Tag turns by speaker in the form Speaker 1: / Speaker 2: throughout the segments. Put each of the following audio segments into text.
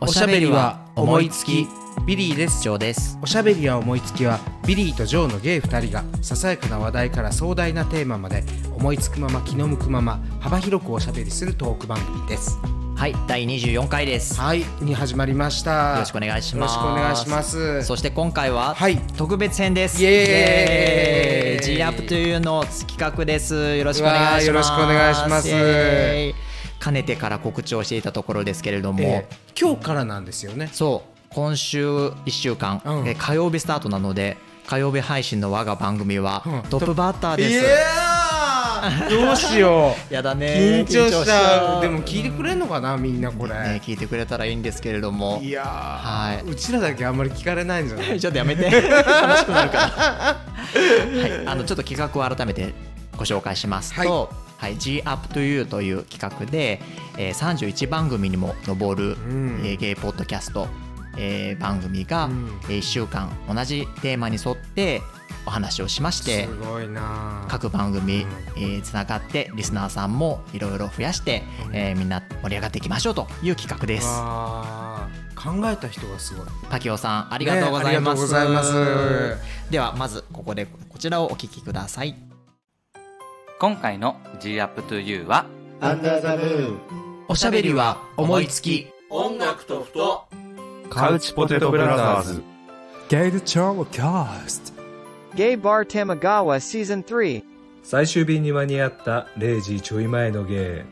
Speaker 1: おしゃべりは思いつきビリーですジョーです
Speaker 2: おしゃべりや思いつきはビリーとジョーのゲイ2人がささやかな話題から壮大なテーマまで思いつくまま気の向くまま幅広くおしゃべりするトーク番組です
Speaker 1: はい第24回ですよ
Speaker 2: はいに始まりました
Speaker 1: ろしくお願いします
Speaker 2: よろしくお願いします
Speaker 1: そして今回は
Speaker 2: はい
Speaker 1: 特別編です
Speaker 2: イエーイ
Speaker 1: イエーイ G ラップというの企画ですよろしくお願いしま
Speaker 2: うわー
Speaker 1: す
Speaker 2: よろしくお願いします
Speaker 1: イエーイかねてから告知をしていたところですけれども、
Speaker 2: えー今日からなんですよね
Speaker 1: そう今週1週間、
Speaker 2: うん
Speaker 1: え火曜日スタートなので火曜日配信の我が番組は
Speaker 2: うん
Speaker 1: トップバッター
Speaker 2: い
Speaker 1: です、
Speaker 2: やーどうしよ う
Speaker 1: やだね
Speaker 2: 緊張したでも
Speaker 1: き
Speaker 2: 聞いてくれんのかなみんなこ
Speaker 1: ね
Speaker 2: れ
Speaker 1: 聞いてくれたらいいんですけれども
Speaker 2: いや
Speaker 1: はい
Speaker 2: ーうちらだけあんまり聞かれないんじ ゃない
Speaker 1: ちょっとやめ て楽しくなるから、はい、あのちょっと企画を改めてご紹介しますと「はい GUPTOYOU」という企画で、えー、31番組にも上る、
Speaker 2: ん
Speaker 1: えーゲイポッドキャスト、えー番組が、
Speaker 2: うん
Speaker 1: え1週間同じテーマに沿ってお話をしまして
Speaker 2: すごいなー
Speaker 1: 各番組
Speaker 2: うん
Speaker 1: つな、えー繋がってリスナーさんもいろいろ増やして、えーみんな盛り上がっていきましょうという企画です。
Speaker 2: わー考えた人がすごい
Speaker 1: 滝尾さんありがとうござい
Speaker 2: ねありがと
Speaker 1: ま
Speaker 2: う
Speaker 1: す,、
Speaker 2: ございます
Speaker 1: ではまずここでこちらをお聞きください
Speaker 3: 今回の G up to you は
Speaker 1: おしゃべりは思いつき
Speaker 4: カウチポテトブラザーズ。
Speaker 5: ゲイルチャーキャスト
Speaker 6: Gay Bar Tamagawa Season 3.
Speaker 4: 最終便に間に合った0時ちょい前のゲ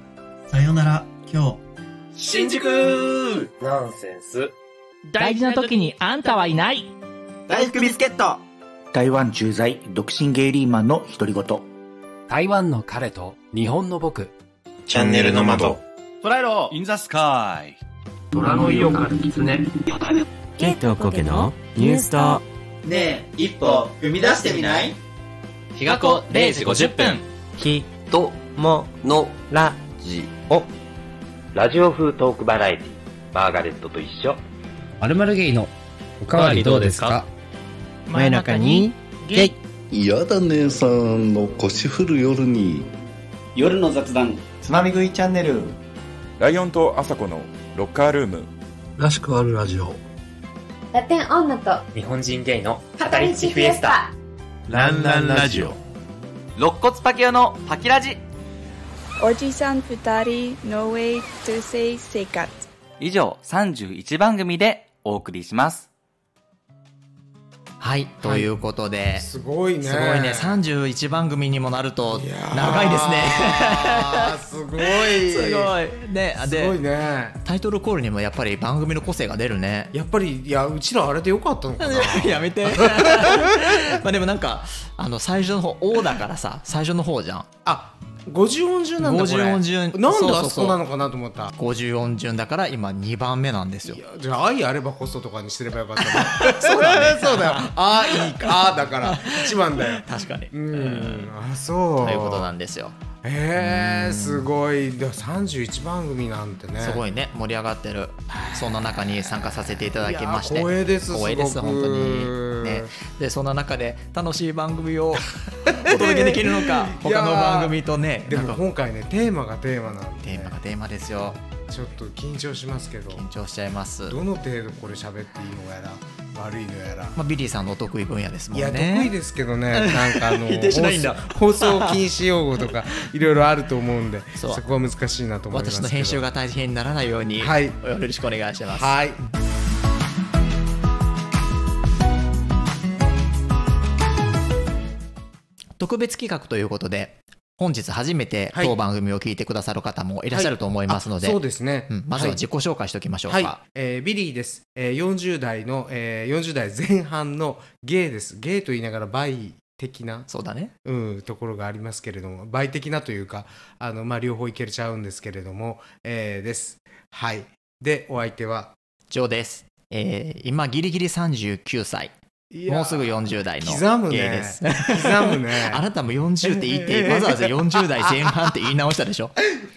Speaker 7: 大事な時にあんたはいない
Speaker 8: 台湾駐在独身ゲイリーマンの独り言
Speaker 9: 台湾の彼と日本の僕
Speaker 8: チャンネルの窓
Speaker 10: トライロインザスカイ
Speaker 9: 虎の色から狐
Speaker 6: ゲイとコケのニュースと
Speaker 8: ねえ一歩踏み出してみない
Speaker 3: 日が子0時50分
Speaker 8: きとものラジオラジオ風トークバラエティマーガレットと一緒
Speaker 9: まるまるゲイのおかわりどうですか
Speaker 8: 真夜中にゲイ
Speaker 11: やだ姉さんの腰振る夜に
Speaker 10: 夜の雑談
Speaker 8: つまみ食いチャンネル
Speaker 4: ライオンとアサコのロッカールーム。
Speaker 5: らしくあるラジオ
Speaker 12: ラテン女と
Speaker 9: 日本人ゲイの
Speaker 12: 語り口フィエスタ
Speaker 4: ランランラジオ。
Speaker 3: 肋骨パキオのパキラジ
Speaker 7: おじさん二人 No way to say 生活
Speaker 3: 以上31番組でお送りします
Speaker 1: はいということで、す
Speaker 2: すごいね
Speaker 1: ごいね31番組にもなると
Speaker 2: いやー
Speaker 1: 長いですね
Speaker 2: すごい
Speaker 1: すごいねあ
Speaker 2: すごい
Speaker 1: で
Speaker 2: ね
Speaker 1: タイトルコールにもやっぱり番組の個性が出るね
Speaker 2: やっぱりいやうちらあれでよかったの かな
Speaker 1: やめ てまあでもなんかあの最初の方「O」だからさ最初の方じゃん
Speaker 2: あ50音順なんだこれ
Speaker 1: 50音順
Speaker 2: なん
Speaker 1: そうそ
Speaker 2: で
Speaker 1: う
Speaker 2: あ
Speaker 1: そう
Speaker 2: そこなのかなと思った
Speaker 1: 50音順だから今2番目なんですよ
Speaker 2: いやじゃあ愛あればこそとかにすればよかった なそうだね そうだよあいいかだから一番だよ
Speaker 1: 確かに
Speaker 2: うんあそう
Speaker 1: ということなんですよ
Speaker 2: へえすごいでも31番組なんてね
Speaker 1: すごいね盛り上がってるそんな中に参加させていただきまして
Speaker 2: いや光栄です
Speaker 1: 光栄です
Speaker 2: すごく
Speaker 1: 本当に、ね、でそんな中で楽しい番組を お届けできるのか
Speaker 2: い
Speaker 1: 他
Speaker 2: や
Speaker 1: の番組とね
Speaker 2: で
Speaker 1: な
Speaker 2: も
Speaker 1: んか
Speaker 2: 今回ねテーマがテーマなんで
Speaker 1: テーマがテーマですよ
Speaker 2: ちょっと緊張しますけど
Speaker 1: 緊張しちゃいます、
Speaker 2: どの程度これ喋っていいのやら悪いのやら
Speaker 1: まあ、ビリーさんのお得意分野ですも
Speaker 2: い
Speaker 1: ん
Speaker 2: や
Speaker 1: ね
Speaker 2: 得意です けどね、なんかあの
Speaker 1: 否定しないんだ
Speaker 2: 放送 放送禁止用語とかいろいろあると思うんで、
Speaker 1: そ
Speaker 2: そうこは難しいなと思いますけ
Speaker 1: 私
Speaker 2: ど。
Speaker 1: の編集が大変にならないように、
Speaker 2: はい
Speaker 1: よろしくお願いします、
Speaker 2: はい。
Speaker 1: 特別企画ということで本日初めて
Speaker 2: はい
Speaker 1: 当番組を聞いてくださる方もいらっしゃると思いますので,、
Speaker 2: あそうですね。
Speaker 1: うん、まずは自
Speaker 2: い
Speaker 1: 己紹介しておきましょうか、
Speaker 2: はい、えービリーです。えー、40代の、えー、40代前半のゲイです。ゲイと言いながらバイ的な、
Speaker 1: そうだね
Speaker 2: うん、ところがありますけれども、バイ的なというか、あのまあ両方いけちゃうんですけれども、えー、です。はい。でお相手は
Speaker 1: ジョーです、えー、今ギリギリ39歳
Speaker 2: いや
Speaker 1: もうすぐ40代の
Speaker 2: 刻む
Speaker 1: ゲイ
Speaker 2: ね
Speaker 1: です。
Speaker 2: 刻むね。
Speaker 1: あなたも40って言っていいわざわざ40代前半って言い直したで しょ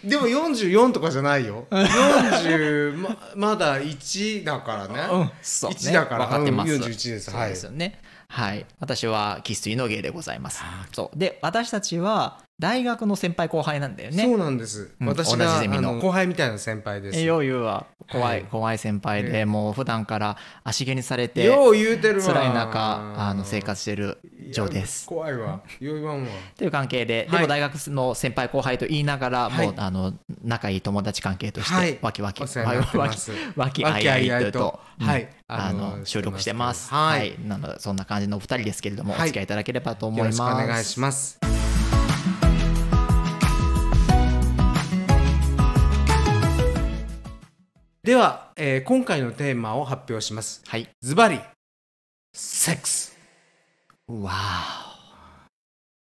Speaker 2: でも44とかじゃないよ40ままだ1だからね、
Speaker 1: そうね
Speaker 2: 1だから
Speaker 1: 分かってます、
Speaker 2: うん41です
Speaker 1: そうですよねはい、私は生粋のゲイでございますそうで私たちは大学の先輩後輩なんだよね
Speaker 2: そうなんです、
Speaker 1: うん
Speaker 2: 私
Speaker 1: おな
Speaker 2: が
Speaker 1: じみ
Speaker 2: あ
Speaker 1: の
Speaker 2: の後輩みたいな先輩です
Speaker 1: えよう言うわ怖い、
Speaker 2: はい
Speaker 1: 怖い先輩で、
Speaker 2: ええ
Speaker 1: もう普段から足毛にされて
Speaker 2: よう言うてるわ
Speaker 1: 辛い中あの生活してる上です
Speaker 2: 怖いわよう言わんわ
Speaker 1: という関係で、でも大学の先輩後輩と言いながら、
Speaker 2: はい
Speaker 1: もうあの仲いい友達関係として、
Speaker 2: はい
Speaker 1: わきわき
Speaker 2: お世話になっ てます
Speaker 1: わきわきあいあいと
Speaker 2: わきあいあいと
Speaker 1: うん
Speaker 2: はい
Speaker 1: あの
Speaker 2: あの
Speaker 1: 収録してます。
Speaker 2: は
Speaker 1: はいい、なのでそんな感じのお二人ですけれども、
Speaker 2: はい
Speaker 1: お付き合いいただければと思い
Speaker 2: よろ
Speaker 1: ます。
Speaker 2: しくお願いしますでは、えー今回のテーマを発表します
Speaker 1: はい
Speaker 2: ズバリセックス
Speaker 1: わ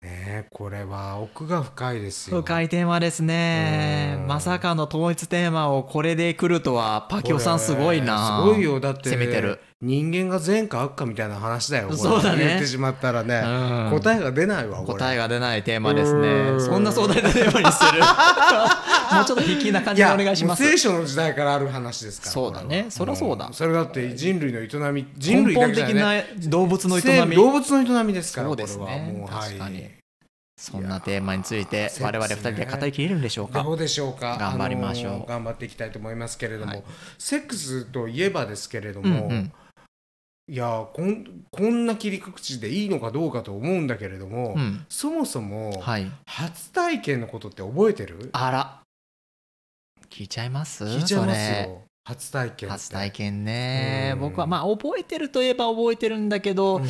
Speaker 2: おねえこれは奥が深いですよ
Speaker 1: 深いテーマですね。まさかの統一テーマをこれで来るとは、パキオさんすごいな。
Speaker 2: すごいよだって
Speaker 1: 攻めてる。
Speaker 2: 人間が善か悪かみたいな話だよこれ
Speaker 1: そうだね
Speaker 2: 言ってしまったらね、
Speaker 1: うん
Speaker 2: 答えが出ないわこれ
Speaker 1: 答えが出ないテーマです
Speaker 2: う
Speaker 1: ね。
Speaker 2: ん
Speaker 1: そんな壮大なテーマ にする。もうちょっと引きな感じでお願いします
Speaker 2: やもう聖。書の時代からある話ですから
Speaker 1: そうだね。そりゃそうだ。
Speaker 2: それだって人類の営み人類だけじゃね
Speaker 1: 根本的な動物の営み
Speaker 2: 生動物の営みですから
Speaker 1: そうです
Speaker 2: これは
Speaker 1: ね
Speaker 2: も。うはい
Speaker 1: 確かに。そんなテーマについて我々二人で語りきれるんでしょうか。
Speaker 2: どうでしょうか
Speaker 1: 頑張りましょう
Speaker 2: あのー頑張っていきたいと思いますけれども、セックスといえばですけれども、
Speaker 1: うんうん
Speaker 2: いやーこんこんな切り口でいいのかどうかと思うんだけれども、
Speaker 1: うん
Speaker 2: そもそも、
Speaker 1: はい。
Speaker 2: 初体験のことって覚えてる
Speaker 1: あら。聞いちゃいます
Speaker 2: 聞いちゃいます
Speaker 1: それ
Speaker 2: よ初体験って
Speaker 1: 初体験ね
Speaker 2: うん
Speaker 1: 僕はまあ覚えてるといえば覚えてるんだけど、
Speaker 2: うん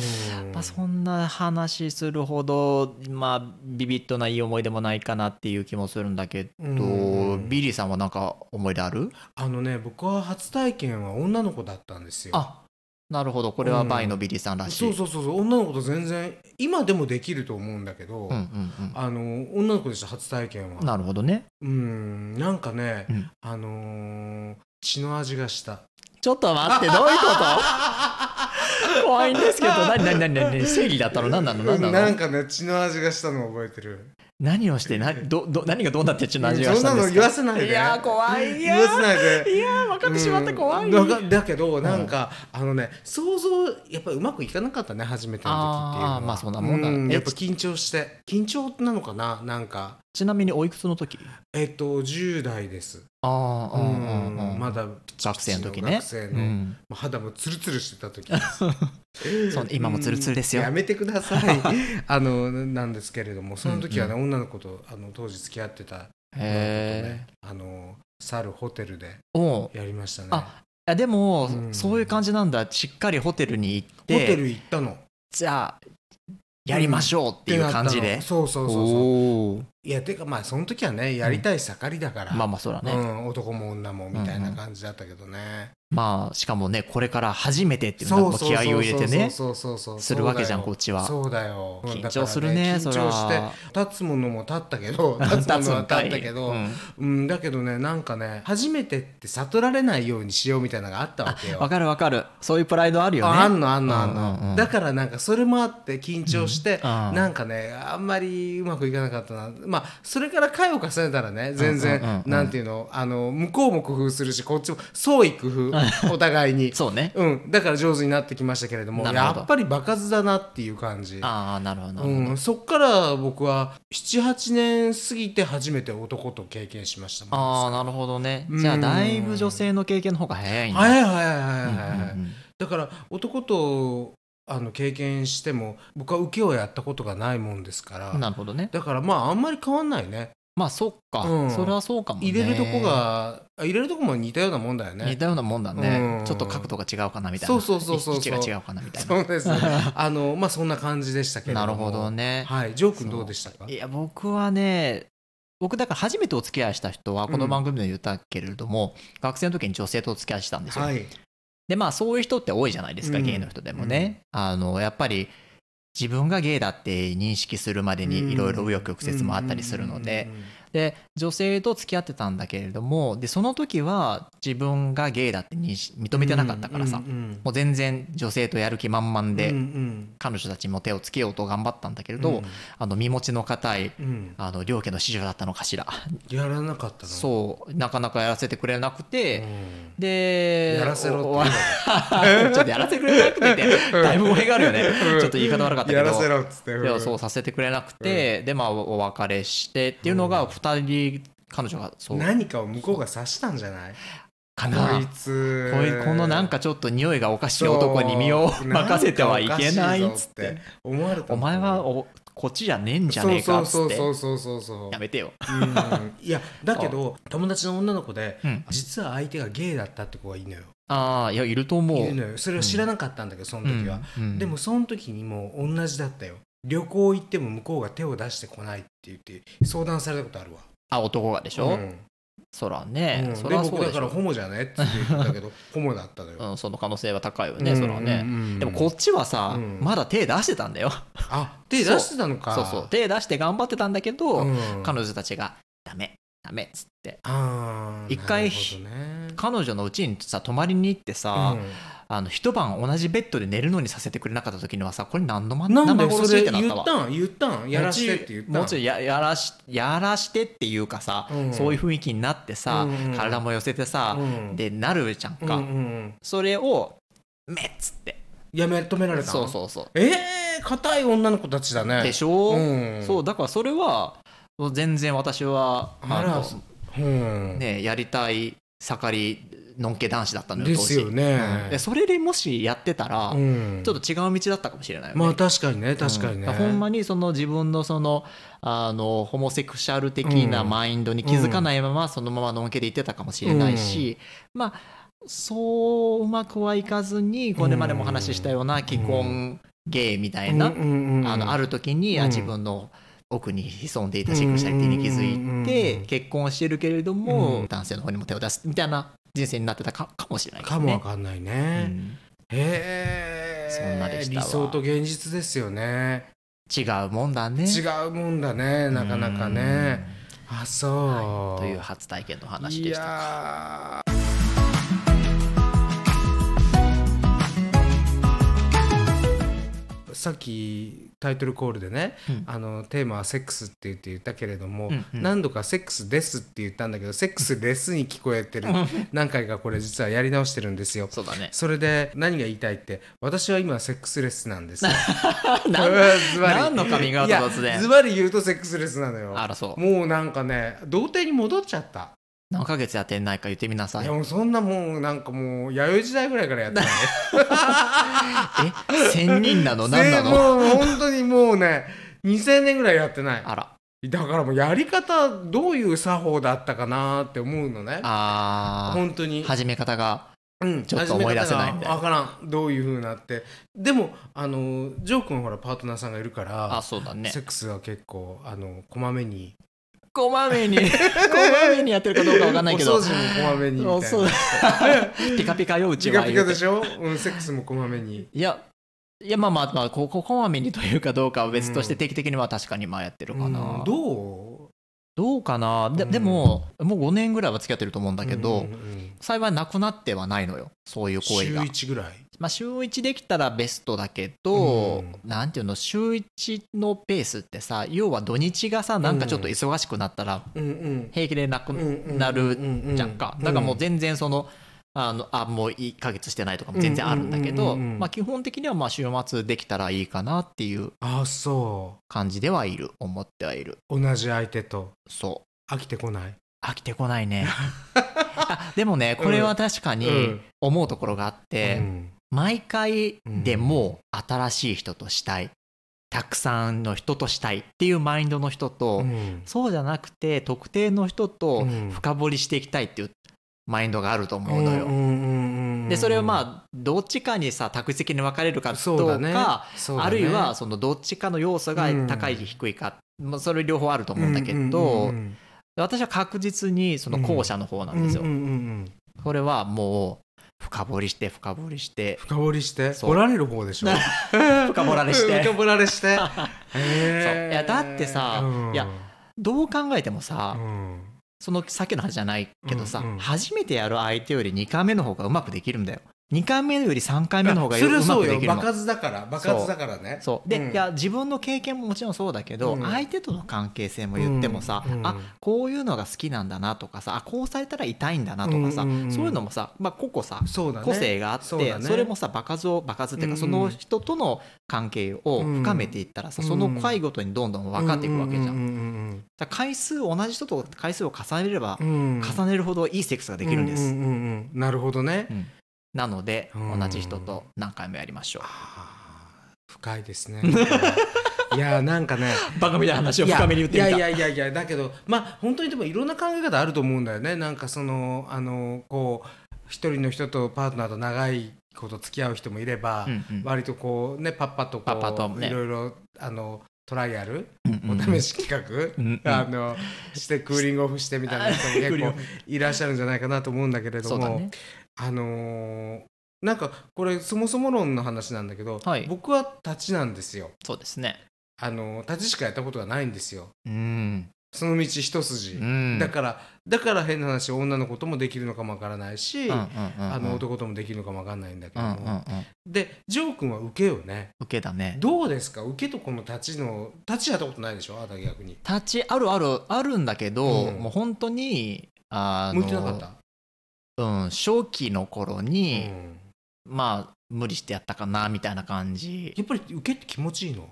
Speaker 1: まあ、そんな話するほど、まあ、ビビッとないい思い出もないかなっていう気もするんだけど、
Speaker 2: うん
Speaker 1: ビリーさんはなんか思い出ある
Speaker 2: あのね僕は初体験は女の子だったんですよ
Speaker 1: あなるほどこれはバイのビリーさんらしい、
Speaker 2: そうそうそうそう女の子と全然今でもできると思うんだけど、
Speaker 1: うんうん
Speaker 2: あの女の子でした初体験は
Speaker 1: うん、なるほどね
Speaker 2: うんなんかね、
Speaker 1: うん
Speaker 2: あのー血の味がした
Speaker 1: ちょっと待ってどういうこと 怖いんですけど何何何何正義だったの何なの何なの
Speaker 2: なんかね血の味がしたのを覚えてる
Speaker 1: 何をして何どど何がどうなってちょっと味がし
Speaker 2: そん
Speaker 1: た
Speaker 2: なん
Speaker 1: です
Speaker 2: の
Speaker 1: か
Speaker 2: 言わせないで
Speaker 1: いやー怖い
Speaker 2: 言わせないで
Speaker 1: いやー分かってしまった怖い、
Speaker 2: だがだけどなんか、あのね想像やっぱりうまくいかなかったね初めての時っていうのは
Speaker 1: あーまあそんなもんだ
Speaker 2: う
Speaker 1: え
Speaker 2: やっぱ緊張して緊張なのかななんか
Speaker 1: ちなみにおいくつの時
Speaker 2: えっと10代です
Speaker 1: ああ、うんうんうん
Speaker 2: まだ
Speaker 1: 学生の時ね
Speaker 2: 学生の、
Speaker 1: うん
Speaker 2: まあ肌もツルツルしてた時です
Speaker 1: そう今もツルツルですよ
Speaker 2: うんやめてください あのなんですけれどもその時はね、女の子とあの当時付き合ってた
Speaker 1: へえ
Speaker 2: あの去るホテルで
Speaker 1: おう
Speaker 2: やりましたね
Speaker 1: あいやでも、
Speaker 2: うん
Speaker 1: そういう感じなんだしっかりホテルに行っ
Speaker 2: ホ
Speaker 1: て
Speaker 2: テル行ったの
Speaker 1: じゃあやりましょうっていう感じ
Speaker 2: ってな
Speaker 1: で
Speaker 2: ったのそうそうそうそう
Speaker 1: おー
Speaker 2: いやてかまあその時はねやりたい盛りだから、
Speaker 1: まあまあそうだね、
Speaker 2: うん、男も女もみたいな感じだったけどね、
Speaker 1: まあしかもねこれから初めてっていうのは
Speaker 2: そう
Speaker 1: もう
Speaker 2: そうそう
Speaker 1: 気合を入れてね
Speaker 2: そうそうそうそう
Speaker 1: するわけじゃん
Speaker 2: そ
Speaker 1: こ
Speaker 2: うだよ
Speaker 1: っちは
Speaker 2: そうだようん
Speaker 1: 緊張するね
Speaker 2: だから緊張
Speaker 1: そ
Speaker 2: し
Speaker 1: りゃ
Speaker 2: て立つものも立ったけど立
Speaker 1: 立
Speaker 2: つ
Speaker 1: つ
Speaker 2: も
Speaker 1: も
Speaker 2: の
Speaker 1: の
Speaker 2: は
Speaker 1: は立
Speaker 2: 立っ
Speaker 1: ったた
Speaker 2: け
Speaker 1: け
Speaker 2: ど、
Speaker 1: ど
Speaker 2: うんだけどねなんかね初めてって悟られないようにしようみたいなのがあったわけよ
Speaker 1: わかるわかるそういうプライドあるよね
Speaker 2: ああんのあんのあんの、
Speaker 1: うんうんうん
Speaker 2: だからなんかそれもあって緊張して、
Speaker 1: うんうん
Speaker 2: なんかねあんまりうまくいかなかったなまあそれから回を重ねたらね全然、
Speaker 1: うんうんうんうん
Speaker 2: なんていうのあの向こうも工夫するしこっちも創意工 夫お互い に
Speaker 1: そうね
Speaker 2: うん、だから上手になってきましたけれども
Speaker 1: なるほ
Speaker 2: や
Speaker 1: ど
Speaker 2: っぱり場数だなっていう感じ。
Speaker 1: ああなるほどなるほど、
Speaker 2: うん、そっから僕は78年過ぎて初めて男と経験しましたもん
Speaker 1: ああなるほどね
Speaker 2: うん
Speaker 1: じゃあだいぶ女性の経験の方が早いんだ
Speaker 2: 早い早い早い
Speaker 1: うんうん
Speaker 2: 早い、だから男とあの経験しても僕は受けをやったことがないもんですから
Speaker 1: うんなるほどね
Speaker 2: だからまああんまり変わんないね
Speaker 1: まあそっか、
Speaker 2: うん
Speaker 1: それはそうかもね
Speaker 2: 入れるとこがあ入れるとこも似たようなもんだよね
Speaker 1: 似たようなもんだね、
Speaker 2: うん
Speaker 1: ちょっと角度が違うかなみたいな
Speaker 2: そうそうそうそう
Speaker 1: 位置が違うかなみたいな
Speaker 2: そうですねあのまあそんな感じでしたけれども
Speaker 1: なるほどね
Speaker 2: はいジョー君どうでしたか
Speaker 1: いや僕はね僕だから初めてお付き合いした人はこの番組で言ったけれども、学生の時に女性とお付き合いしたんですよ、
Speaker 2: はい
Speaker 1: でまあそういう人って多いじゃないですか、
Speaker 2: うん
Speaker 1: ゲイの人でもね、あのやっぱり自分がゲイだって認識するまでにいろいろ右翼曲折もあったりするので、で女性と付き合ってたんだけれどもでその時は自分がゲイだって認識認めてなかったからさ、
Speaker 2: うんうんうん
Speaker 1: もう全然女性とやる気満々で、
Speaker 2: うんうん
Speaker 1: 彼女たちにも手をつけようと頑張ったんだけれど、
Speaker 2: うん
Speaker 1: あの身持ちの固い、
Speaker 2: うん
Speaker 1: あの両家の子女だったのかしら
Speaker 2: やらなかったの
Speaker 1: そうなかなかやらせてくれなくて、で
Speaker 2: やらせろって言う
Speaker 1: お ちょっとやらせてくれなくてってだいぶ語弊があるよね、
Speaker 2: うん
Speaker 1: ちょっと言い方悪かったけど
Speaker 2: やらせろっつってうん
Speaker 1: でもそうさせてくれなくて、でまあおお別れしてっていうのが2人、彼女がそう
Speaker 2: 何かを向こうが察したんじゃない
Speaker 1: かな
Speaker 2: こいつ
Speaker 1: こいこのなんかちょっと匂いがおかしい男に身を
Speaker 2: そう
Speaker 1: 任せてはいけない
Speaker 2: なんかお
Speaker 1: っ
Speaker 2: か
Speaker 1: つ
Speaker 2: しいぞ
Speaker 1: っ
Speaker 2: ってて思われ
Speaker 1: お前はおこっちじゃねえんじゃねえかっつ
Speaker 2: そ
Speaker 1: っ
Speaker 2: う
Speaker 1: て
Speaker 2: そうそうそうそうそう
Speaker 1: やめてよ
Speaker 2: うんいやだけど友達の女の子で、
Speaker 1: ん
Speaker 2: 実は相手がゲイだったって子がいいのよ
Speaker 1: ああいやいると思う
Speaker 2: いるのよそれを知らなかったんだけどその時は、
Speaker 1: うんうん
Speaker 2: でもその時にもう同じだったよ旅行行っても向こうが手を出してこないって言って相談されたことあるわ
Speaker 1: あ男がでしょ、
Speaker 2: うん
Speaker 1: そらね、
Speaker 2: うん
Speaker 1: そら
Speaker 2: で
Speaker 1: そう
Speaker 2: 僕
Speaker 1: でしょ
Speaker 2: だからホモじゃねって言ったけど ホモだったのよ、
Speaker 1: うん、その可能性は高いよね、
Speaker 2: うん
Speaker 1: それはね、
Speaker 2: うんうんうん
Speaker 1: でもこっちはさ、
Speaker 2: うん
Speaker 1: まだ手出してたんだよ
Speaker 2: あ手出してたのか
Speaker 1: そうそうそう手出して頑張ってたんだけど、
Speaker 2: うん
Speaker 1: 彼女たちがダメダメっつって
Speaker 2: あー
Speaker 1: 一回、
Speaker 2: なるほどね
Speaker 1: 彼女のうちにさ泊まりに行ってさ、
Speaker 2: うん
Speaker 1: あの一晩同じベッドで寝るのにさせてくれなかった時にはさこれ何のま
Speaker 2: なん
Speaker 1: 生
Speaker 2: で
Speaker 1: 殺
Speaker 2: そ
Speaker 1: し
Speaker 2: れ
Speaker 1: ってな
Speaker 2: 言
Speaker 1: った
Speaker 2: っ
Speaker 1: わ
Speaker 2: たん言ったんやらしてって言ったん
Speaker 1: もうちょいややらしやらしてっていうかさ、
Speaker 2: うん
Speaker 1: そういう雰囲気になってさ、
Speaker 2: うんうん
Speaker 1: 体も寄せてさ、
Speaker 2: うん
Speaker 1: でなるじゃんか、
Speaker 2: うんうんうん
Speaker 1: それをめっつって
Speaker 2: やめ止められた
Speaker 1: そうそうそう
Speaker 2: ええ硬い女の子たちだね
Speaker 1: でしょ、
Speaker 2: うん
Speaker 1: そうだからそれはもう全然私は
Speaker 2: あら
Speaker 1: の
Speaker 2: うん
Speaker 1: ね、やりたい盛りのんけ男子だったのよ
Speaker 2: ですよね
Speaker 1: 当時うんでそれでもしやってたら、
Speaker 2: うん
Speaker 1: ちょっと違う道だったかもしれないよね、
Speaker 2: まあ確かにね確かにね、
Speaker 1: うんほんまにその自分のそのあのホモセクシャル的なマインドに気づかないままそのままのんけで言ってたかもしれないし、まあそううまくはいかずにこれまでもお話ししたような既婚ゲイみたいな、
Speaker 2: うんうんうん
Speaker 1: あのある時に、あ
Speaker 2: うん
Speaker 1: 自分の奥に潜んでいたシクシャリティに気づいて、結婚してるけれども、
Speaker 2: うん
Speaker 1: 男性の方にも手を出すみたいな人生になってたかかもしれないです
Speaker 2: か
Speaker 1: ね。
Speaker 2: もわかんないね、へえ
Speaker 1: そんなでした
Speaker 2: 理
Speaker 1: わ
Speaker 2: 想と現実ですよね
Speaker 1: 違うもんだね
Speaker 2: 違うもんだねなかなかねあそう、
Speaker 1: という初体験の話
Speaker 2: い
Speaker 1: でした
Speaker 2: やさっきタイトルコールでね、あのテーマは「セックス」って言って言ったけれども、
Speaker 1: うんうん
Speaker 2: 何度か「セックスです」って言ったんだけど「セックスです」に聞こえてる
Speaker 1: うん
Speaker 2: 何回かこれ実はやり直してるんですよ。
Speaker 1: そうだね
Speaker 2: それで何が言いたいって私は今セックスレスなんですよ。
Speaker 1: なん
Speaker 2: これ はズバリ
Speaker 1: 何のカミングアウトだ突然
Speaker 2: いやズバリ言うとセックスレスなのよ。
Speaker 1: あらそう
Speaker 2: もうなんかね童貞に戻っちゃった。
Speaker 1: 何ヶ月やってんないか言ってみなさ
Speaker 2: い
Speaker 1: い
Speaker 2: やもうそんなもうなんかもう弥生時代ぐらいからやってない
Speaker 1: え仙人なの 何なの
Speaker 2: せもう本当にもうね2000年ぐらいやってない
Speaker 1: あら
Speaker 2: だからもうやり方どういう作法だったかなって思うのね
Speaker 1: あー
Speaker 2: 本当に
Speaker 1: 始め方が
Speaker 2: うん
Speaker 1: ちょっと思い出せないみたいな
Speaker 2: 分からんどういうふうになってでもあのジョー君はほらパートナーさんがいるから
Speaker 1: あそうだね
Speaker 2: セックスは結構あのこまめに
Speaker 1: こまめ にこまめにやってるかどうかわかんないけど
Speaker 2: お掃除もこまめにみたいな
Speaker 1: おそう ピカピカようち
Speaker 2: ピ
Speaker 1: は
Speaker 2: カピカでしょ、うん、セックスもこまめに
Speaker 1: いやいやまあまあまあこここまめにというかどうかは別として定期的には確かにまあやってるかな、
Speaker 2: うんどう
Speaker 1: どうかなで,、でももう5年ぐらいは付き合ってると思うんだけど、
Speaker 2: うんうんうん
Speaker 1: 幸いなくなってはないのよそういう行為
Speaker 2: 週
Speaker 1: が
Speaker 2: 1ぐらい
Speaker 1: まあ、週1できたらベストだけど、なんていうの週1のペースってさ要は土日がさなんかちょっと忙しくなったら
Speaker 2: うんうん
Speaker 1: 平気でなくなるじゃんかだからもう全然そのあのあもう1ヶ月してないとかも全然あるんだけ
Speaker 2: う
Speaker 1: ど
Speaker 2: んうんうんうん
Speaker 1: まあ基本的にはまあ週末できたらいいかなっていう
Speaker 2: あそ
Speaker 1: 感じではいる思ってはいる
Speaker 2: 同じ相手と
Speaker 1: そう
Speaker 2: 飽きてこない
Speaker 1: 飽きてこない ねあでもねこれは確か
Speaker 2: う
Speaker 1: に
Speaker 2: ん
Speaker 1: 思うところがあって、
Speaker 2: うん
Speaker 1: 毎回でも新しい人としたい、たくさんの人としたいっていうマインドの人と、
Speaker 2: うん
Speaker 1: そうじゃなくて特定の人と
Speaker 2: うん
Speaker 1: 深掘りしていきたいっていうマインドがあると思うのよ。
Speaker 2: うんうんうんうん
Speaker 1: でそれをまあどっちかにさ択的に分かれるかど
Speaker 2: そう
Speaker 1: う
Speaker 2: だ
Speaker 1: か
Speaker 2: ねそうだね
Speaker 1: あるいはそのどっちかの要素が高い低いか、まあそれ両方あると思うんだけど、
Speaker 2: うんうんうんうん
Speaker 1: 私は確実にその後者の方なんですよ。
Speaker 2: うんうんうんうん
Speaker 1: これはもう深掘りして深掘り して
Speaker 2: 深掘りし て
Speaker 1: そう
Speaker 2: 掘られる方でしょ
Speaker 1: 深掘られして
Speaker 2: 深掘られして
Speaker 1: そういやだってさ、
Speaker 2: うん
Speaker 1: いやどう考えてもさ、そのさっきの話じゃないけどさ、初めてやる相手より2回目の方がうまくできるんだよ2回目より3回目の方が
Speaker 2: そ
Speaker 1: う
Speaker 2: れは
Speaker 1: ま
Speaker 2: そ
Speaker 1: く
Speaker 2: う
Speaker 1: で
Speaker 2: よ
Speaker 1: きる
Speaker 2: 場
Speaker 1: の
Speaker 2: 数だから場数だからね
Speaker 1: そうで、
Speaker 2: うん
Speaker 1: いや自分の経験ももちろんそうだけど、
Speaker 2: うん
Speaker 1: 相手との関係性も言ってもさ、あこういうのが好きなんだなとかさあこうされたら痛いんだなとかさ、
Speaker 2: うんうんうん
Speaker 1: そういうのもさ、まあ、個々さ、
Speaker 2: そうだね
Speaker 1: 個性があってそ,、
Speaker 2: そうだね
Speaker 1: れもさ場数を場数っていうか、
Speaker 2: うんうん
Speaker 1: その人との関係を深めていったらさ、
Speaker 2: うん
Speaker 1: その回ごとにどんどん分かっていくわけじゃん。だから回数同じ人と回数を重ねれば、
Speaker 2: うん
Speaker 1: 重ねるほどいいセックスができるんです、
Speaker 2: うんうんうんうんなるほどね、
Speaker 1: なので、
Speaker 2: うん
Speaker 1: 同じ人と何回もやりましょう
Speaker 2: 深いですねいやーな んかね
Speaker 1: バカみたいな話を深めに言ってみた
Speaker 2: いやいやいやいやだけどまあ本当にでもいろんな考え方あると思うんだよねなんかそのあのこう一人の人とパートナーと長いこと付き合う人もいれば、
Speaker 1: うんうん
Speaker 2: 割とこうねパッパとこう
Speaker 1: パッパとね
Speaker 2: いろいろあのトライアル、
Speaker 1: うんうん
Speaker 2: お試し企画、
Speaker 1: うんうん
Speaker 2: あのしてクーリングオフしてみたいな人 も
Speaker 1: クー
Speaker 2: 結
Speaker 1: リングオ
Speaker 2: 構
Speaker 1: フ
Speaker 2: いらっしゃるんじゃないかなと思うんだけれど
Speaker 1: そうだ
Speaker 2: も、
Speaker 1: ね
Speaker 2: あのーなんかこれそもそも論の話なんだけど、僕は立ちなんですよ。
Speaker 1: そうですね。
Speaker 2: あのー立ちしかやったことがないんですよ。
Speaker 1: うん
Speaker 2: その道一筋、
Speaker 1: ん
Speaker 2: だからだから変な話女の子ともできるのかもわからないし、
Speaker 1: うんうんうんうん
Speaker 2: あの男ともできるのかもわからないんだけ
Speaker 1: う
Speaker 2: ど
Speaker 1: んうん
Speaker 2: も、でジョー君は受けよね
Speaker 1: 受けだね
Speaker 2: どうですか受けとこの立ちの立ちやったことないでしょあなた逆に
Speaker 1: 立ちあるあるあるんだけど、
Speaker 2: うん
Speaker 1: もう本当にあの
Speaker 2: 向いてなかった
Speaker 1: うん初期の頃に、まあ無理してやったかなみたいな感じ
Speaker 2: やっぱり受けって気持ちいいの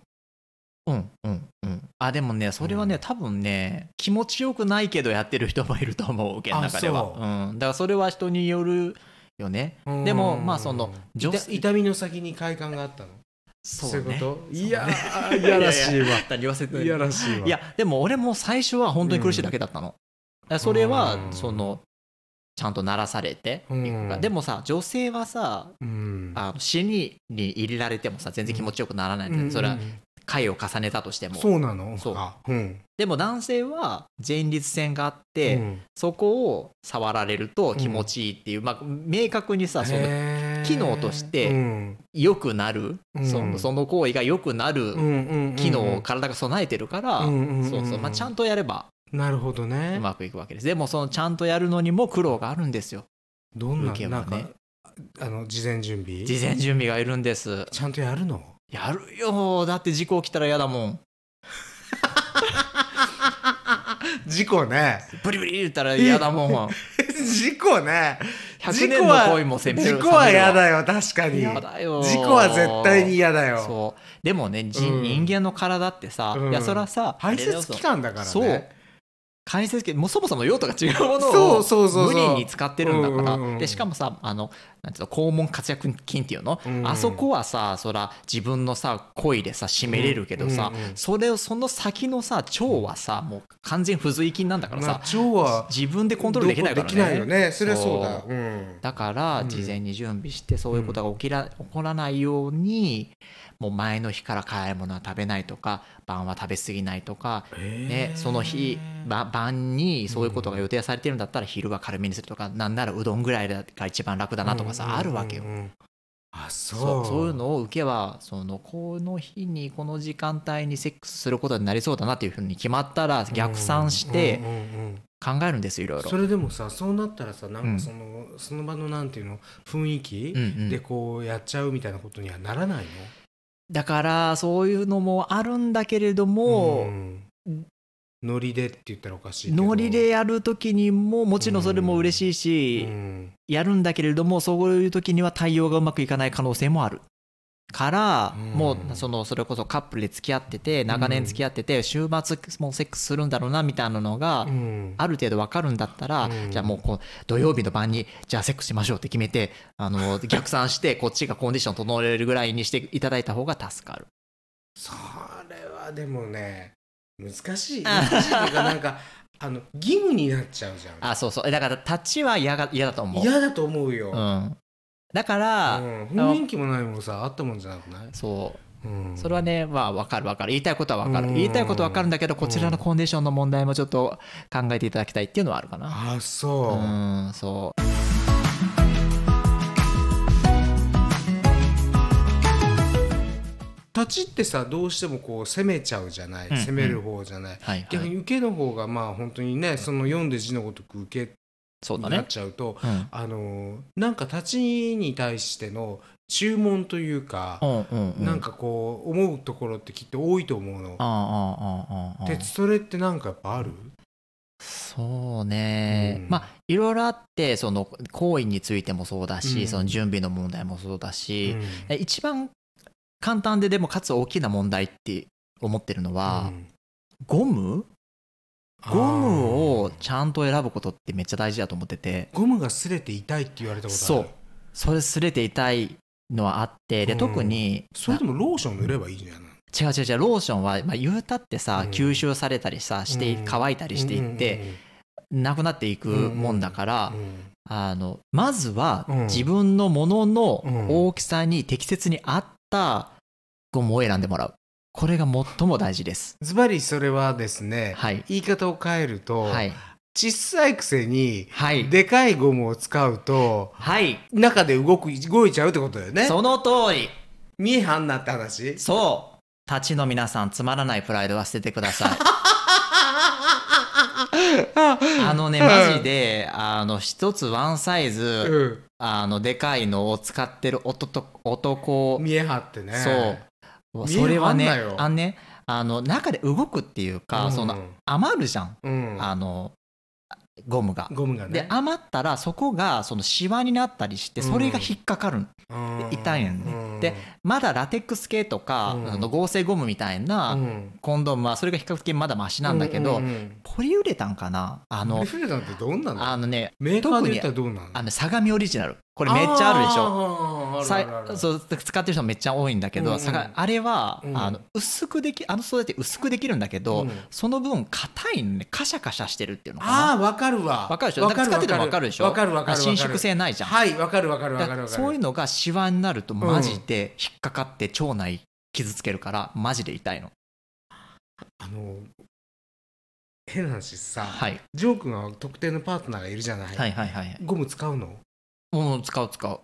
Speaker 1: うんうんうんあでもねそれはね、多分ね気持ちよくないけどやってる人もいると思う受けの中で
Speaker 2: あ
Speaker 1: は、
Speaker 2: そう
Speaker 1: ん、だからそれは人によるよね
Speaker 2: うん
Speaker 1: でもまあその
Speaker 2: 痛
Speaker 1: 女性
Speaker 2: 痛みの先に快感があったの
Speaker 1: そうね
Speaker 2: いうこと いや
Speaker 1: そうね
Speaker 2: ーいやらしい
Speaker 1: や
Speaker 2: わ
Speaker 1: やや言わせて
Speaker 2: いやらしいわ
Speaker 1: いやでも俺も最初は本当に苦しいだけだったの、だからそれはそのちゃんと鳴らされて、
Speaker 2: うん
Speaker 1: でもさ女性はさ
Speaker 2: うん
Speaker 1: あの死にに入れられてもさ全然気持ちよくならないんだよ
Speaker 2: うん
Speaker 1: それは
Speaker 2: うん
Speaker 1: 回を重ねたとしても
Speaker 2: そうなの
Speaker 1: そう
Speaker 2: あうん
Speaker 1: でも男性は前立腺があって、
Speaker 2: うん
Speaker 1: そこを触られると気持ちいいっていう、まあ、明確にさその
Speaker 2: へー
Speaker 1: 機能とし
Speaker 2: う
Speaker 1: て
Speaker 2: ん
Speaker 1: 良くなる、
Speaker 2: うん
Speaker 1: そのその行為が良くなる
Speaker 2: うんうんうんうん
Speaker 1: 機能を体が備えてるから、
Speaker 2: うんうんうん
Speaker 1: そうそうまあ、ちゃんとやれば
Speaker 2: なるほどね
Speaker 1: うまくいくわけですでもそのちゃんとやるのにも苦労があるんですよ
Speaker 2: どんな
Speaker 1: 受けは
Speaker 2: なんか
Speaker 1: ね
Speaker 2: あの事前準備
Speaker 1: 事前準備がいるんです
Speaker 2: ちゃんとやるの
Speaker 1: やるよだって事故起きたら嫌だもん
Speaker 2: 事故ね
Speaker 1: ブリブリ言ったら嫌だもん
Speaker 2: 事故ね
Speaker 1: 100年の恋も責める
Speaker 2: 事故は
Speaker 1: 責めるわ
Speaker 2: 嫌だよ確かに
Speaker 1: 嫌だよ
Speaker 2: 事故は絶対に嫌だよ
Speaker 1: そうでもね、じ
Speaker 2: うん
Speaker 1: 人間の体ってさ、
Speaker 2: うん
Speaker 1: いやそれはさ
Speaker 2: 排泄器官だからね
Speaker 1: そう解説もうそもそも用途が違うもの
Speaker 2: そう
Speaker 1: を
Speaker 2: そうそうそ
Speaker 1: 無
Speaker 2: う
Speaker 1: 理に使ってるんだから、
Speaker 2: うんうんうん
Speaker 1: でしかもさあのなんつうの肛門活躍筋っていうの、
Speaker 2: ん
Speaker 1: あそこはさそら自分のさ恋でさ締めれるけどさ、
Speaker 2: うんうんうん
Speaker 1: それをその先のさ腸はさもう完全不随筋なんだからさ、
Speaker 2: まあ腸は
Speaker 1: 自分でコントロールできないからね
Speaker 2: どうこうできないよねそれはそうだうん
Speaker 1: だから事前に準備してそういうことが起きら、起こらないようにもう前の日から辛いものは食べないとか晩は食べ過ぎないとか、ね、その日ば晩にそういうことが予定されてるんだったら昼は軽めにするとか、なんならうどんぐらいが一番楽だなとかさ、あるわけよ。
Speaker 2: あそう
Speaker 1: そうそういうのを受けはそのこの日にこの時間帯にセックスすることになりそうだなっていうふうに決まったら逆算して
Speaker 2: うんうんうん
Speaker 1: 考えるんですよいろいろ。
Speaker 2: それでもさそうなったらさなん
Speaker 1: う
Speaker 2: か
Speaker 1: ん
Speaker 2: その、その場のなんていうの雰囲気
Speaker 1: うんうん
Speaker 2: でこうやっちゃうみたいなことにはならないの、
Speaker 1: だからそういうのもあるんだけれども、
Speaker 2: ノリでって言ったらおかしいけど
Speaker 1: ノリでやる時にももちろんそれも嬉しいし、やるんだけれどもそういう時には対応がうまくいかない可能性もあるから、もうそのそれこそカップルで付き合ってて長年付き合ってて、週末もセックスするんだろうなみたいなのが、
Speaker 2: ん
Speaker 1: ある程度分かるんだったら、じゃあもうこう土曜日の晩にじゃあセックスしましょうって決めてあの逆算してこっちがコンディション整えるぐらいにしていただいた方が助かる。
Speaker 2: あれはでもね難しい難しいっていうかなんかあの義務になっちゃうじゃん
Speaker 1: あそうそうだから立ちは嫌が嫌だと思う
Speaker 2: 嫌だと思うよ、
Speaker 1: うん、だから、
Speaker 2: 雰囲気もないもんさあったもんじゃなくない
Speaker 1: そう、
Speaker 2: うん
Speaker 1: それはねまあ分かる分かる言いたいことは分かる、
Speaker 2: うん
Speaker 1: 言いたいことは分かるんだけどこちらのコンディションの問題もちょっと考えていただきたいっていうのはあるかな、
Speaker 2: あそう
Speaker 1: うんそう
Speaker 2: 立ちってさどうしてもこう攻めちゃうじゃない、
Speaker 13: うん
Speaker 2: 攻める方じゃない、
Speaker 13: はいはい
Speaker 2: 逆に受けの方がまあ本当にねその読んで字のごとく受けに
Speaker 13: だね
Speaker 2: なっちゃうと
Speaker 13: うん
Speaker 2: あのなんか立ちに対しての注文というか、なんかこう思うところってきっと多いと思う
Speaker 1: ああ
Speaker 2: の。
Speaker 1: ああああ
Speaker 2: でそれってなんかやっぱある
Speaker 1: そうね、まあいろいろあってその行為についてもそうだし、
Speaker 2: うん
Speaker 1: その準備の問題もそうだし、え一番簡単ででもかつ大きな問題って思ってるのは、ゴムゴムをちゃんと選ぶことってめっちゃ大事だと思ってて
Speaker 2: ゴムが擦れて痛いって言われたことある
Speaker 1: そうそれ擦れて痛いのはあってで
Speaker 2: うん
Speaker 1: 特に、
Speaker 2: それでもローション塗ればいいじゃな
Speaker 1: 違
Speaker 2: い
Speaker 1: う違う違うローションは、まあ、言うたってさ、吸収されたりさして、乾いたりしていって、なくなっていくもんだから、あのまずは
Speaker 13: うん
Speaker 1: 自分のものの大きさに適切に合ったゴムを選んでもらうこれが最も大事です
Speaker 2: ズバリそれはですね、言い方を変えると、小さいくせに、でかいゴムを使うと、中で動く動いちゃうってことだよね
Speaker 1: その通り
Speaker 2: 見えはんなって話
Speaker 1: そう立ちの皆さんつまらないプライドは捨ててください あ のね
Speaker 13: うん
Speaker 1: マジであの一つワンサイ
Speaker 13: うん
Speaker 1: ズ、あのでかいのを使ってる男男
Speaker 2: 見え張ってね
Speaker 1: そう
Speaker 2: 見え張んなよ
Speaker 1: それはねあのねあの中で動くっていうか、
Speaker 2: うん
Speaker 1: その余るじゃん、あのゴムが
Speaker 2: ゴムがね
Speaker 1: で余ったらそこがそのシワになったりしてそれが引っかかる、で痛いのね、でまだラテックス系とか、
Speaker 13: うん
Speaker 1: あの合成ゴムみたいな
Speaker 13: うん
Speaker 1: コンドームはそれが比較的まだマシなんだけど、
Speaker 13: うんうんうん
Speaker 1: ポリウレタンかなあの
Speaker 13: ポリウレタンって
Speaker 2: どんな
Speaker 1: のあのね
Speaker 2: メーカーで言ったら
Speaker 1: 特
Speaker 2: ど
Speaker 1: に
Speaker 2: うなの
Speaker 1: あの相模オリジナルこれめっちゃあるでしょ
Speaker 2: ょ
Speaker 1: さいそう使ってる人めっちゃ多いんだけ
Speaker 13: う
Speaker 1: ど、
Speaker 13: んうん
Speaker 1: さがあれは、
Speaker 13: うん
Speaker 1: あの薄くできあの素材って薄くできるんだけど、
Speaker 13: うん
Speaker 1: その分硬いのねカシャカシャしてるっていうのかな
Speaker 2: ああわかるわ
Speaker 1: わかるでしょ
Speaker 2: わか
Speaker 1: だから
Speaker 2: る
Speaker 1: 使っててもわかるでしょ
Speaker 2: わかるわかるわかる
Speaker 1: 伸縮性ないじゃん
Speaker 2: はいわかるわかるわ
Speaker 1: だ
Speaker 2: か
Speaker 1: か
Speaker 2: るわ
Speaker 1: ら
Speaker 2: かる
Speaker 1: そういうのがシワになるとマジで引っかかって腸内傷つけるからマジで痛いの。
Speaker 2: あの変な話さ、ジョー君は特定のパートナーがいるじゃない,、
Speaker 1: はいはいはいはい
Speaker 2: ゴム使うの
Speaker 1: もう使う使う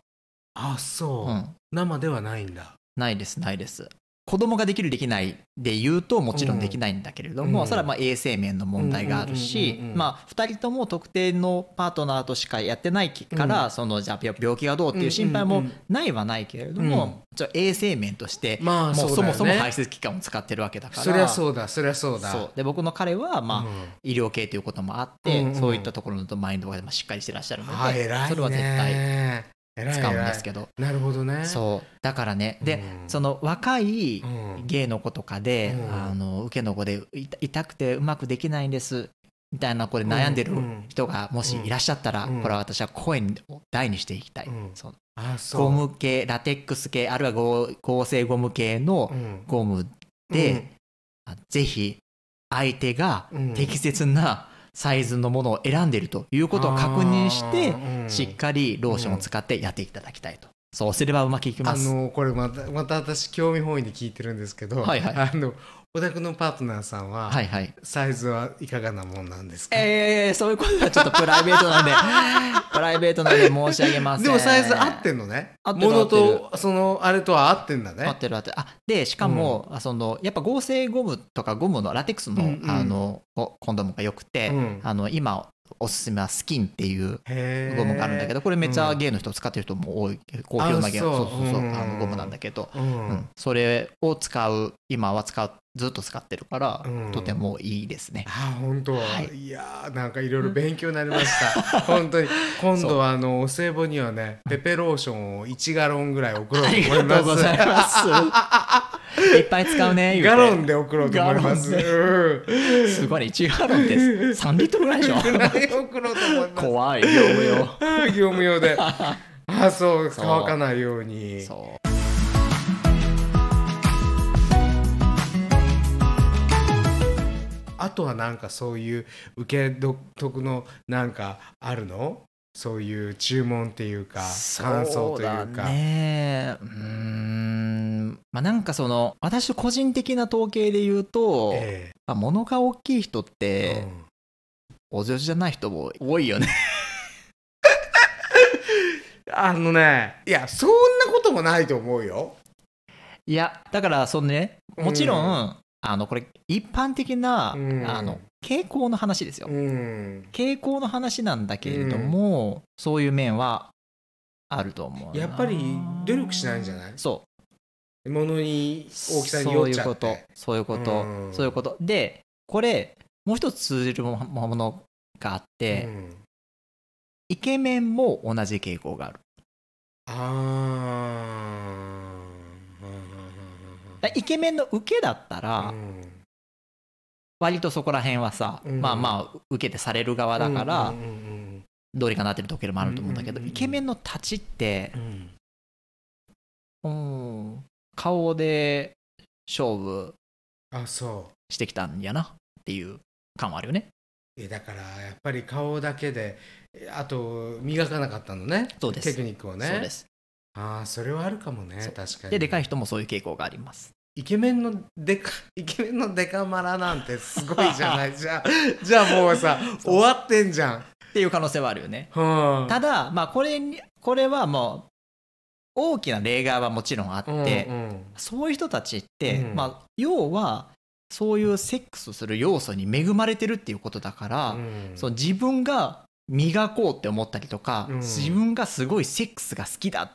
Speaker 2: あそう、
Speaker 1: うん
Speaker 2: 生ではないんだ
Speaker 1: ないですないです。子供ができるできないで言うともちろんできないんだけれど
Speaker 13: う
Speaker 1: も、
Speaker 13: ん
Speaker 1: それはまあ衛生面の問題がある
Speaker 13: うんうんうん
Speaker 1: し
Speaker 13: うんうん
Speaker 1: まあ2人とも特定のパートナーとしかやってないか
Speaker 13: う
Speaker 1: ら
Speaker 13: ん
Speaker 1: そのじゃあ病病気がどうっていう心配も
Speaker 13: うんうん
Speaker 1: ないはないけれどもちょっと衛生面として
Speaker 2: ま
Speaker 1: も
Speaker 2: あ
Speaker 1: う
Speaker 2: そうだよね
Speaker 1: そもそも排泄機関を使ってるわけだから
Speaker 2: そりゃそうだそりゃそうだ
Speaker 1: そうで僕の彼は、まあ医療系ということもあって、
Speaker 2: うんうん
Speaker 1: そういったところのマインドがまあしっかりしてらっしゃるので、
Speaker 2: あ偉いね
Speaker 1: それは絶対
Speaker 2: 偉い
Speaker 1: 使うんですけど
Speaker 2: 偉いなるほどね
Speaker 1: そうだからねで、その若い芸の子とかで、
Speaker 13: うん
Speaker 1: あの受けの子で痛痛くてうまくできないんですみたいな子で悩んでる人がもしいらっしゃったら、
Speaker 13: うん
Speaker 1: これは私は声を大にしていきたい、その
Speaker 2: あ
Speaker 1: ゴム系ラテックス系あるいは合合成ゴム系のゴムで、あぜひ相手が
Speaker 13: うん
Speaker 1: 適切なサイズのものを選んでいるということを確認して、
Speaker 2: あーうん
Speaker 1: しっかりローションを使ってやっていただきたいと、そうすればうまくいき
Speaker 2: あ
Speaker 1: ます
Speaker 2: のこれまたまた私興味本位で聞いてるんですけど、
Speaker 1: はいはい
Speaker 2: あのお宅のパートナーさんは、
Speaker 1: はいはい
Speaker 2: サイズはいかがなもんなんですか
Speaker 1: えー、そういうことはちょっとプライベートなんで プライベートなんで申し上げません
Speaker 2: でもサイズ合ってんのね
Speaker 1: 合ってる
Speaker 2: 物
Speaker 1: 合って
Speaker 2: とそのあれとは合ってんだね合
Speaker 1: ってる合ってるあでしかも、あそのやっぱ合成ゴムとかゴムのラテックスの,、
Speaker 13: うんうん
Speaker 1: あのココンドームが良くて、
Speaker 13: うん
Speaker 1: あの今おすすめはスキンっていう
Speaker 13: へー
Speaker 1: ゴムがあるんだけどこれめっちゃゲイの人使ってる人も多い好評なゲイ
Speaker 13: あ
Speaker 1: の
Speaker 13: そ
Speaker 1: そううそうそう
Speaker 13: うん
Speaker 1: あのゴムなんだけど、
Speaker 13: うん
Speaker 1: うんそれを使う今は使うずっと使ってるから、
Speaker 2: うん
Speaker 1: とてもいいですね。
Speaker 2: あ本当、い、やーなんかいろいろ勉強になり ました本当に今度はあのお歳暮にはねペペローションを1ガロンぐらい送ろうと思います
Speaker 1: ありがとうございますいっぱい使うね言うて
Speaker 2: ガロンで送ろうと思います、
Speaker 1: ガロンで
Speaker 2: うん
Speaker 1: すごいね1ガロンって3リットルぐらいでしょ 怖い業務用
Speaker 2: 業務 用であそう乾かないようにあとはなんかそういう受け独特のなんかあるのそういう注文っていうか感想というか
Speaker 1: ねうーんまあなんかその私個人的な統計で言うと、まあ、物が大きい人って、お上手じゃない人も多いよね
Speaker 2: あのねいやそんなこともないと思うよ
Speaker 1: いやだからそのねもちろん、
Speaker 2: う
Speaker 1: あのこれ一般的な、
Speaker 2: ん
Speaker 1: あの傾向の話ですよ、
Speaker 2: うん
Speaker 1: 傾向の話なんだけれども、そういう面はあると思う
Speaker 2: やっぱり努力しないんじゃない
Speaker 1: そう
Speaker 2: ものに大きさに
Speaker 1: そ
Speaker 2: よ
Speaker 1: う
Speaker 2: っ
Speaker 1: い
Speaker 2: ち
Speaker 1: う
Speaker 2: ゃ
Speaker 1: こ
Speaker 2: っ
Speaker 1: と
Speaker 2: て
Speaker 1: そういうこと、
Speaker 2: うん
Speaker 1: そういうことでこれもう一つ通じるもものがあって、イケメンも同じ傾向がある
Speaker 2: あ
Speaker 1: だイケメンの受けだったら、割とそこら辺はさ、
Speaker 2: うん
Speaker 1: まあまあ受けてされる側だから、
Speaker 2: うんうん
Speaker 1: どうにかなってる時もあると思うんだけど、イケメンの立ちって、うん顔で勝負
Speaker 2: あそう
Speaker 1: してきたんやなっていう感はあるよね。
Speaker 2: えだからやっぱり顔だけでえあと磨かなかったのね
Speaker 1: そうです
Speaker 2: テクニックをね
Speaker 1: そうです
Speaker 2: ああそれはあるかもね確かに
Speaker 1: ででかい人もそういう傾向があります。
Speaker 2: イケメンのデカ イケメンのデカマラなんてすごいじゃないじゃあ じゃあもうさ終わってんじゃん。って
Speaker 1: いう可能性はあるよね。
Speaker 2: はあ
Speaker 1: ただ、まあ、これにこれはもう大きな例外はもちろんあって、
Speaker 2: うんうん
Speaker 1: そういう人たちって、
Speaker 2: うん
Speaker 1: まあ、要はそういうセックスする要素に恵まれてるっていうことだから、その自分が磨こうって思ったりとか、
Speaker 2: うん
Speaker 1: 自分がすごいセックスが好きだっ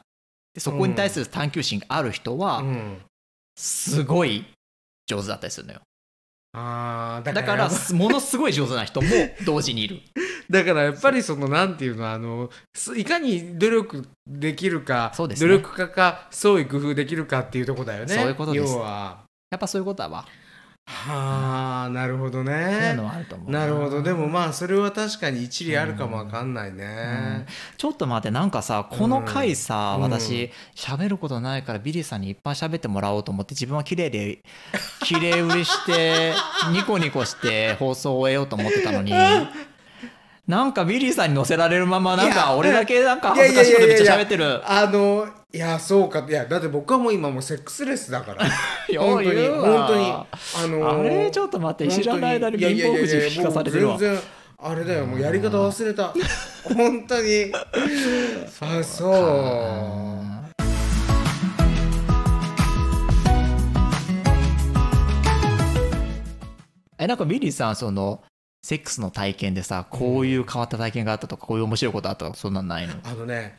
Speaker 1: てそこに対する探求心がある人は、すごい上手だったりするのよ。
Speaker 2: あーだ
Speaker 1: だからものすごい上手な人も同時にいる。
Speaker 2: だからやっぱりそのなんていうのあのすいかに努力できるか、
Speaker 1: ね
Speaker 2: 努力家か創意工夫できるかっていうとこだよね
Speaker 1: そういうことです
Speaker 2: 要は
Speaker 1: やっぱそういうことだわ。
Speaker 2: はあなるほどね
Speaker 1: そういうのはあると思う
Speaker 2: なるほどでもまあそれは確かに一理あるかもわかんないね、
Speaker 1: ちょっと待ってなんかさこの回さ、
Speaker 2: うん
Speaker 1: 私喋ることないからビリーさんにいっぱい喋ってもらおうと思って自分は綺麗で綺麗売りして ニコニコして放送を終えようと思ってたのに。なんかビリーさんに乗せられるままなん
Speaker 2: いや
Speaker 1: か俺だけなんか恥ずかしいことめっちゃ喋ってる
Speaker 2: あのいやそうかいやだって僕はもう今もうセックスレスだから
Speaker 1: よう
Speaker 2: 本当に
Speaker 1: 言うわ
Speaker 2: 本当にあの
Speaker 1: あれちょっと待って知らない間に貧乏くじ引かされてるわ
Speaker 2: いやいやいやいやもう全然あれだよもうやり方忘れた本当にあそう
Speaker 1: えなんかビリーさんそのセックスの体験でさこういう変わった体験があったとかこういう面白いことあったとかそんなんないの
Speaker 2: あのね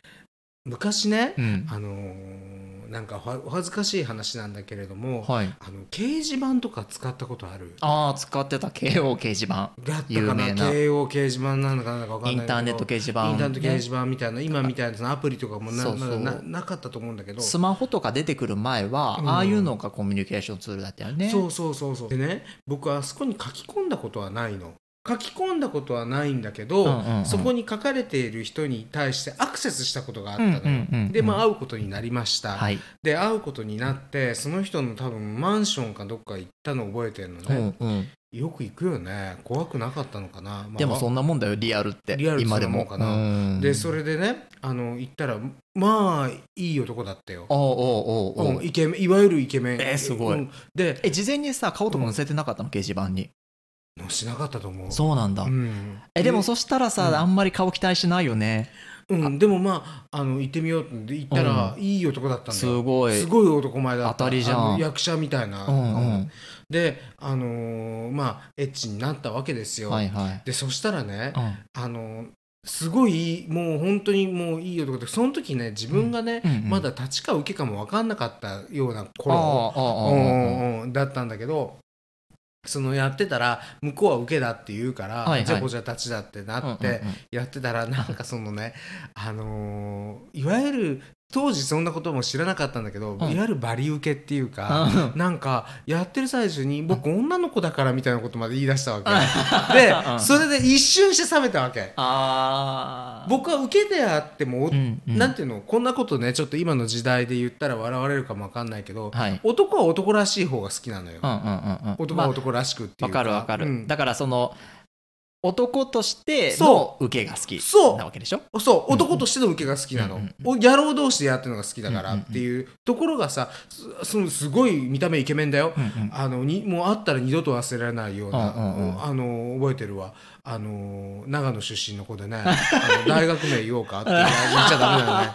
Speaker 2: 昔ね、
Speaker 1: うん
Speaker 2: あのーなんかおお恥ずかしい話なんだけれども、
Speaker 1: はい
Speaker 2: あの掲示板とか使ったことある
Speaker 1: ああ使ってた慶応掲示板
Speaker 2: だった
Speaker 1: 有
Speaker 2: かな
Speaker 1: 名な
Speaker 2: 慶応掲示板なのかなんかわかんないけど
Speaker 1: インターネット掲示板
Speaker 2: インターネット掲示板みたいな今みたいなそのアプリとかもな
Speaker 1: そうそう
Speaker 2: まだななかったと思うんだけど
Speaker 1: スマホとか出てくる前は、
Speaker 2: うん
Speaker 1: ああいうのがコミュニケーションツールだったよね
Speaker 2: そうそうそうそうでね僕はあそこに書き込んだことはないの書き込んだことはないんだけど、
Speaker 1: うんうんうん
Speaker 2: そこに書かれている人に対してアクセスしたことがあった
Speaker 1: うん
Speaker 2: の
Speaker 1: う
Speaker 2: よ、
Speaker 1: んうんうん
Speaker 2: でまあ会うことになりました、
Speaker 1: はい
Speaker 2: で会うことになってその人の多分マンションかどっか行ったの覚えてるのね、
Speaker 1: うんうん
Speaker 2: よく行くよね怖くなかったのかな、まあ
Speaker 1: でもそんなもんだよリアルって
Speaker 2: リアルって
Speaker 1: 今で
Speaker 2: そんなも
Speaker 1: も
Speaker 2: んかな
Speaker 1: うん
Speaker 2: でそれでねあの行ったらまあいい男だったよ
Speaker 1: おうおうおうおう
Speaker 2: うんイケメンいわゆるイケメン
Speaker 1: えーすごい、
Speaker 2: うんで
Speaker 1: え事前にさ顔とか載せてなかったの、掲示板に
Speaker 2: のしなかったと思う
Speaker 1: そうなんだ、
Speaker 2: ん
Speaker 1: えでもそしたらさ、
Speaker 2: うん
Speaker 1: あんまり顔期待しないよね
Speaker 2: うん、でもまああの行ってみようって行ったら、
Speaker 1: う
Speaker 2: いい男だったんだ
Speaker 1: す
Speaker 2: よ
Speaker 1: ごい
Speaker 2: すごい男前だった
Speaker 1: 当たりじゃん
Speaker 2: あの役者みたいな、
Speaker 1: うんうん
Speaker 2: であのーまあエッチになったわけですよ、
Speaker 1: はいはい
Speaker 2: でそしたらね、
Speaker 1: う
Speaker 2: あのーすごいいいもう本当にもういい男でその時ね自分がね、
Speaker 1: うんうんうん
Speaker 2: まだ立ちか受けかも分かんなかったような
Speaker 1: ああああ
Speaker 2: 頃うんうんうんだったんだけどそのやってたら向こうは受けだって言うから、
Speaker 1: はいはい
Speaker 2: じゃあこちら立ちだってなっ
Speaker 1: うんう
Speaker 2: て
Speaker 1: んうん
Speaker 2: やってたらなんかそのね、あのーいわゆる当時そんなことも知らなかったんだけど、
Speaker 4: ん
Speaker 2: いわゆるバリ受けっていうか、なんかやってる最中に僕女の子だからみたいなことまで言い出したわけ、で、
Speaker 1: うん
Speaker 2: それで一瞬して冷めたわけ
Speaker 1: あ
Speaker 2: 僕は受けであっても、なんていうのこんなことねちょっと今の時代で言ったら笑われるかもわかんないけど、
Speaker 1: はい
Speaker 2: 男は男らしい方が好きなのよ、
Speaker 1: うんうんうんうん
Speaker 2: 男は男らしくって
Speaker 1: わ
Speaker 2: いうか
Speaker 1: かるわかる、
Speaker 2: うん
Speaker 1: だからその男としての
Speaker 2: そ
Speaker 1: 受けが好き
Speaker 2: そう
Speaker 1: なわけでしょ
Speaker 2: そう男としての受けが好きなの、お野郎同士でやってるのが好きだからっていうところがさすそのすごい見た目イケメンだよ、あのにもう会ったら二度と忘れられないような、
Speaker 1: うんうんうん
Speaker 2: あの覚えてるわあの 長野出身の子でねあの大学名言おうかって言っちゃダメだよね。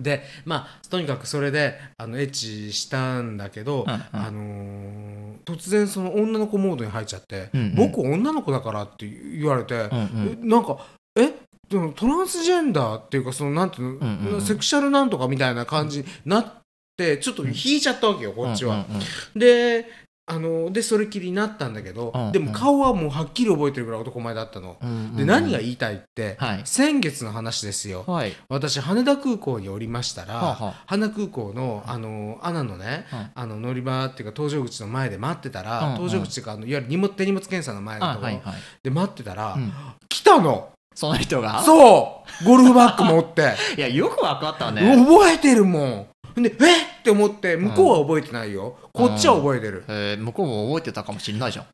Speaker 2: でまあとにかくそれであのエッチしたんだけど、
Speaker 1: うんうん
Speaker 2: あのー突然その女の子モードに入っちゃって「
Speaker 1: うんうん
Speaker 2: 僕女の子だから」って言われて、
Speaker 1: ん
Speaker 2: えなんか「えでもトランスジェンダーっていうかそのなんていうの、
Speaker 1: うんうん
Speaker 2: セクシャルなんとかみたいな感じになってちょっと引いちゃったわけよ、こっちは。
Speaker 1: うんうんうん
Speaker 2: であのでそれきりになったんだけど、
Speaker 1: うんうん
Speaker 2: でも顔はもうはっきり覚えてるぐらい男前だったの。
Speaker 1: うんうん
Speaker 2: で何が言いたいって、
Speaker 1: はい
Speaker 2: 先月の話ですよ、
Speaker 1: はい
Speaker 2: 私羽田空港におりましたら、
Speaker 1: はあはあ
Speaker 2: 羽田空港のあのアナのね、あの乗り場っていうか搭乗口の前で待ってたら、
Speaker 1: うんうん
Speaker 2: 搭乗口っていうかあのいわゆる荷物手荷物検査の前のところ、
Speaker 1: あはいはい
Speaker 2: で待ってたら、
Speaker 1: うん
Speaker 2: 来たの
Speaker 1: その人が
Speaker 2: そうゴルフバッグ持って。
Speaker 1: いやよくわかった ね
Speaker 2: 覚えてるもんでえっって思って向こうは覚えてないよ、こっちは覚えてる、
Speaker 1: えー向こうも覚えてたかもしれないじゃん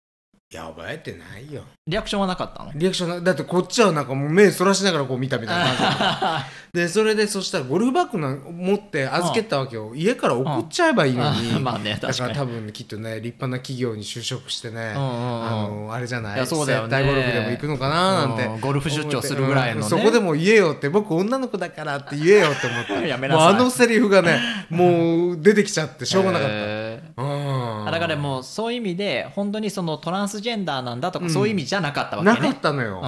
Speaker 2: いや覚えてないよ
Speaker 1: リアクションはなかったの
Speaker 2: リアクションなだってこっちはなんかもう目そらしながらこう見たみたいな感じだからでそれでそしたらゴルフバッグなん持って預けたわけよ、家から送っちゃえばいいのに、
Speaker 1: うんまあね確かに
Speaker 2: だから多分きっとね立派な企業に就職してね、
Speaker 1: うんうんうん
Speaker 2: あのあれじゃない
Speaker 1: いやそうだよね
Speaker 2: 接待ゴルフでも行くのかななんて、
Speaker 1: うんゴルフ出張するぐらいのね
Speaker 2: うんそこでも言えよって僕女の子だからって言えよって思って
Speaker 1: やめなさい
Speaker 2: もうあのセリフがねもう出てきちゃってしょうがなかった、
Speaker 1: へ
Speaker 2: うん
Speaker 1: あだからもうそういう意味で本当にそのトランスジェンダーなんだとか、
Speaker 2: うん
Speaker 1: そういう意味じゃなかったわけ
Speaker 2: な
Speaker 1: ね
Speaker 2: かったのよ、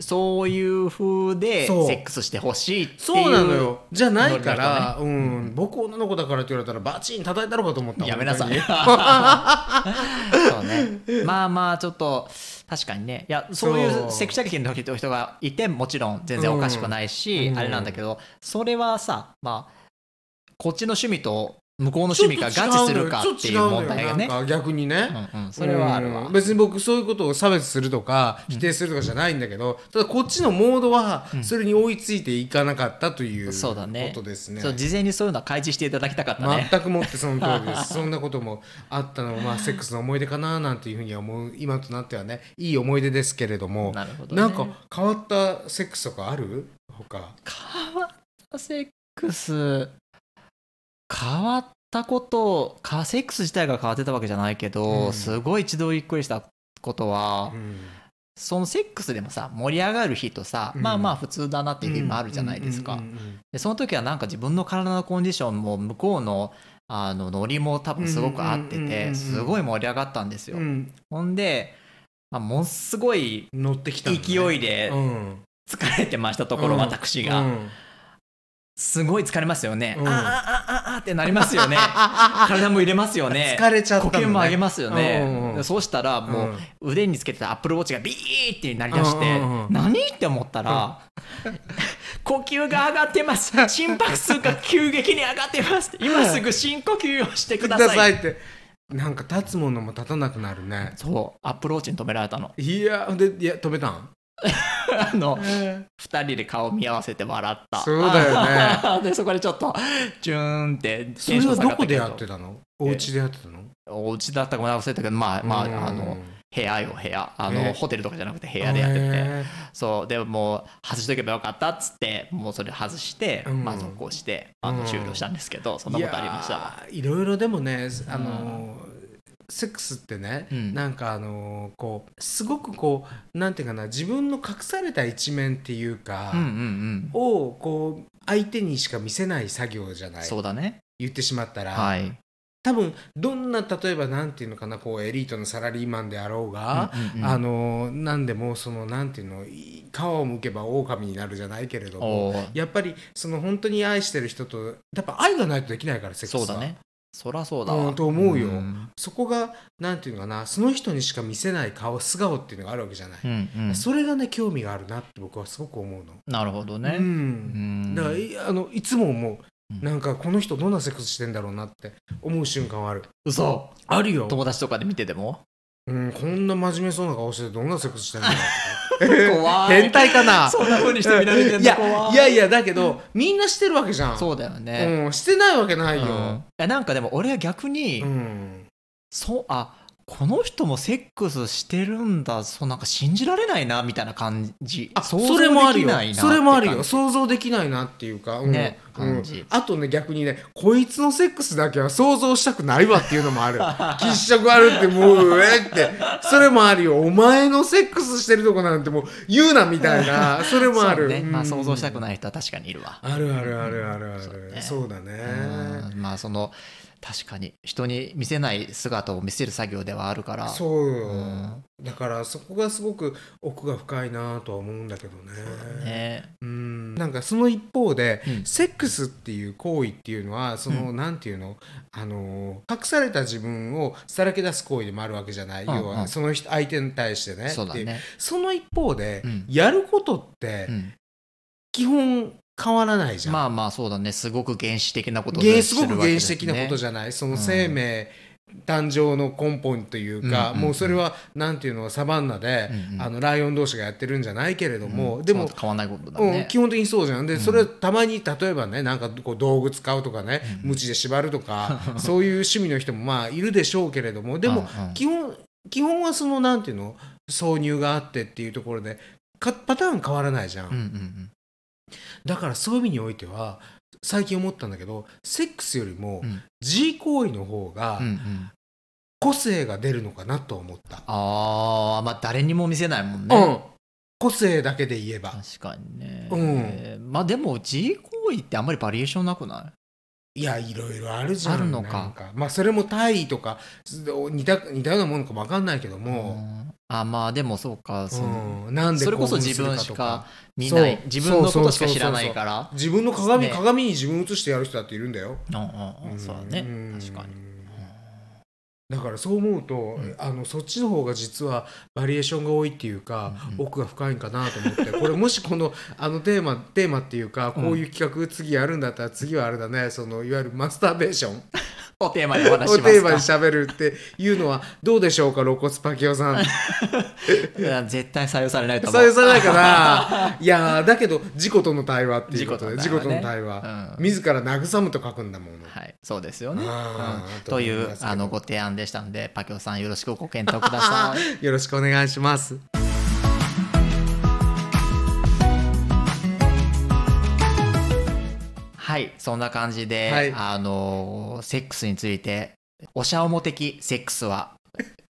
Speaker 1: そういう風でセ
Speaker 2: そう
Speaker 1: ックスしてほしいっていう
Speaker 2: そうなのよじゃないか
Speaker 1: ノリ
Speaker 2: ら、
Speaker 1: だと
Speaker 2: う
Speaker 1: ね
Speaker 2: ん、僕女の子だからって言われたらバチン叩いたのかと思った
Speaker 1: やめなさいそうねまあまあちょっと確かにねいやそうい
Speaker 2: そう
Speaker 1: うセクシャリティの人がいてもちろん全然おかしくないし、
Speaker 2: うん
Speaker 1: あれなんだけどそれはさまあこっちの趣味と向こうの 趣味が合致するかっていう問題がね
Speaker 2: ちょっと違うのよなんか逆にね、
Speaker 1: それはあるわ
Speaker 2: うん別に僕そういうことを差別するとか否定するとかじゃないんだけど、ただこっちのモードはそれに追いついていかなかったという
Speaker 1: そうだね
Speaker 2: ことですね
Speaker 1: そう事前にそういうのは開示していただきたかったね
Speaker 2: 全くもってその通 りですそんなこともあったのも、まあ、セックスの思い出かななんていうふうには思う今となってはねいい思い出ですけれども
Speaker 1: なるほどね
Speaker 2: なんか変わったセックスとかある他
Speaker 1: 変わったセックス変わったことかセックス自体が変わってたわけじゃないけど、
Speaker 2: うん
Speaker 1: すごい一度びっくりしたことは、そのセックスでもさ盛り上がる日とさ、
Speaker 2: うん
Speaker 1: まあまあ普通だなっていう日もあるじゃないですか、でその時はなんか自分の体のコンディションも向こうのあのノリも多分すごく合って
Speaker 2: うんうんうんうんう
Speaker 1: て
Speaker 2: ん
Speaker 1: すごい盛り上がったんですよ、
Speaker 2: うん
Speaker 1: ほんで、まあ、ものすごい
Speaker 2: 乗ってきたのね
Speaker 1: 勢いで
Speaker 2: うん
Speaker 1: 疲れてましたところ、
Speaker 2: うん
Speaker 1: 私が、
Speaker 2: うん
Speaker 1: すごい疲れますよね、
Speaker 2: うん
Speaker 1: あああああってなります よね体も入れますよね
Speaker 2: 疲れちゃったのね
Speaker 1: 呼吸も上げますよね、
Speaker 2: うんうんうん
Speaker 1: でそうしたらもう腕につけてたアップルウォッチがビーってなりだして、
Speaker 2: うんうんうん
Speaker 1: 何って思ったら、 呼吸が上がって ます心拍数が急激に上がってます今すぐ深呼吸をしてく
Speaker 2: く
Speaker 1: だ
Speaker 2: だ
Speaker 1: さい
Speaker 2: さいってなんか立つものも立たなくなるね
Speaker 1: そうアップルウォッチに止められたの
Speaker 2: いやでいや止めたん
Speaker 1: あの、二人で顔見合わせて笑った
Speaker 2: そうだ よ
Speaker 1: でそこでちょっとチューンってテン
Speaker 2: そ
Speaker 1: ショ
Speaker 2: れ
Speaker 1: ン
Speaker 2: は
Speaker 1: 下
Speaker 2: ど
Speaker 1: がった
Speaker 2: こ
Speaker 1: け
Speaker 2: でやってたのお家でやってたの
Speaker 1: お家だったかも忘れたけど、まあ、ま
Speaker 2: うん
Speaker 1: あ、あの、部屋よ、部屋。あの、
Speaker 2: えー
Speaker 1: ホテルとかじゃなくて部屋でやってて。
Speaker 2: え
Speaker 1: そう、でもう、外しとけばよかったっつって、もうそれ外して、
Speaker 2: うん
Speaker 1: まあ、続行して、あ
Speaker 2: う
Speaker 1: の、
Speaker 2: ん
Speaker 1: 終了したんですけど、そんなことありましたわ。
Speaker 2: いやーいろいろでもねあのー、セックスってね、なんかあのーこうすごくこうなんていうかな自分の隠された一面っていうか、
Speaker 1: うんうん
Speaker 2: をこう相手にしか見せない作業じゃ
Speaker 1: う。
Speaker 2: なんい
Speaker 1: そうだね。
Speaker 2: 言ってしまったら、
Speaker 1: はい。
Speaker 2: 多分どんな例えばなんていうのかなこうエリートのサラリーマンであろうが、
Speaker 1: うんうんうん
Speaker 2: あの何でもそのなんていうのい皮をむけば狼になるじゃないけれど
Speaker 1: お
Speaker 2: も
Speaker 1: ー
Speaker 2: やっぱりその本当に愛してる人とやっぱ愛がないとできないからセックス
Speaker 1: そ
Speaker 2: は
Speaker 1: うだね。そらそうだ
Speaker 2: う
Speaker 1: わ。
Speaker 2: ん、と思うよ、
Speaker 1: ん
Speaker 2: そこがなんていうのかなその人にしか見せない顔素顔っていうのがあるわけじゃない、
Speaker 1: うんうん
Speaker 2: それがね興味があるなって僕はすごく思うの、
Speaker 1: なるほどね。
Speaker 2: うん
Speaker 1: うん
Speaker 2: だからいあのいつも思うなんかこの人どんなセックスしてんだろうなって思う瞬間はある
Speaker 1: 嘘
Speaker 2: あるよ
Speaker 1: 友達とかで見てても
Speaker 2: うん、こんな真面目そうな顔してどんなセックスしてんだろう
Speaker 1: 怖い
Speaker 2: 変態か な
Speaker 1: そんな風にして見られてんの
Speaker 2: いや
Speaker 1: 怖い
Speaker 2: いやいやだけどみんなしてるわけじゃん
Speaker 1: そうだよね。
Speaker 2: うん、してないわけないよ、
Speaker 1: うんえなんかでも俺は逆に、
Speaker 2: うん
Speaker 1: そうあこの人もセックスしてるんだそうなんか信じられないなみたいな感じあ
Speaker 2: それもあるよそれもあるよ想像できないなっていうか、うん
Speaker 1: ね
Speaker 2: うん
Speaker 1: 感じ
Speaker 2: あとね逆にねこいつのセックスだけは想像したくないわっていうのもある 喫色あるってもうえってそれもあるよお前のセックスしてるとこなんてもう言うなみたいなそれもある
Speaker 1: そうねまあ想像した
Speaker 2: く
Speaker 1: ない人は確かにいるわ
Speaker 2: あるあるあるあるある、そうだね
Speaker 1: うんまあその確かに人に見せない姿を見せる作業ではあるから
Speaker 2: そうよ、だからそこがすごく奥が深いなとは思うんだけどね
Speaker 1: ね
Speaker 2: うんなんかその一方で、セックスっていう行為っていうのはその、なんていうのあのー隠された自分をさらけ出す行為でもあるわけじゃない、
Speaker 1: うんうん
Speaker 2: 要はその人相手に対してね
Speaker 1: そうだね
Speaker 2: っていその一方で、やることって、基本変わらないじゃん
Speaker 1: まあまあそうだねすごく原始的なこと
Speaker 2: 原すごく原始的なことじ
Speaker 1: ゃ
Speaker 2: ゃない、その生命誕生の根本という
Speaker 1: うんう
Speaker 2: か、
Speaker 1: んうん
Speaker 2: もうそれはなんていうのサバンナで、あのライオン同士がやってるんじゃないけれども、でも
Speaker 1: 変わらないことだね
Speaker 2: うん、基本的にそうじゃんで、それはたまに例えばねなんかこう道具使うとかね、鞭で縛ると かそういう趣味の人もまあいるでしょうけれどもでも
Speaker 1: うんうん
Speaker 2: 基本,、基本はそのなんていうの挿入があってっていうところでかパターン変わらないじゃん。だからそういう意味においては最近思ったんだけどセックスよりも G 行為の方が個性が出るのかなと思った。
Speaker 1: あーまあ誰にも見せないもんね、
Speaker 2: うん個性だけで言えば
Speaker 1: 確かにね、
Speaker 2: う
Speaker 1: まあでも G 行為ってあんまりバリエーションなくない
Speaker 2: いやいろいろあるじゃん
Speaker 1: あるのか
Speaker 2: なんまあそれも体位とか似た似たようなものかも分かんないけども、
Speaker 1: あまあでもそうかその、
Speaker 2: うんなんで
Speaker 1: それこそ
Speaker 2: 興奮す
Speaker 1: 自
Speaker 2: るか
Speaker 1: 分
Speaker 2: とか
Speaker 1: しか見ない
Speaker 2: そう
Speaker 1: 自分のことしか
Speaker 2: そうそうそうそう
Speaker 1: 知らないから
Speaker 2: 自分の鏡、
Speaker 1: ね
Speaker 2: 鏡に自分を映してやる人だっているんだよ
Speaker 1: うんうんうんそうだね確かに
Speaker 2: だからそう思うと、あのそっちの方が実はバリエーションが多いっていうか、奥が深いんかなと思ってこれもしこのあのテーマテーマっていうかこういう企画次やるんだったら次はあれだねそのいわゆるマスターベーション
Speaker 1: おテーマでお話しします
Speaker 2: を
Speaker 1: か
Speaker 2: テーマに喋るっていうのはどうでしょうか露骨パキオさん
Speaker 1: いや絶対採用されないと思う
Speaker 2: 採用されない かないやーだけど自己との対話っていうことで自
Speaker 1: 自
Speaker 2: 己
Speaker 1: 己と
Speaker 2: との
Speaker 1: の
Speaker 2: 対
Speaker 1: 対
Speaker 2: 話
Speaker 1: 話ね、
Speaker 2: 自ら慰むと書くんだもん
Speaker 1: はいそうですよね、
Speaker 2: あー
Speaker 1: うん
Speaker 2: と
Speaker 1: と
Speaker 2: 思
Speaker 1: い
Speaker 2: います
Speaker 1: うあのご提案でしたのでパキオさんよろしくご検討ください
Speaker 2: よろしくお願いします
Speaker 1: はいそんな感じで、
Speaker 2: はい
Speaker 1: あのセックスについておしゃおも的セックスは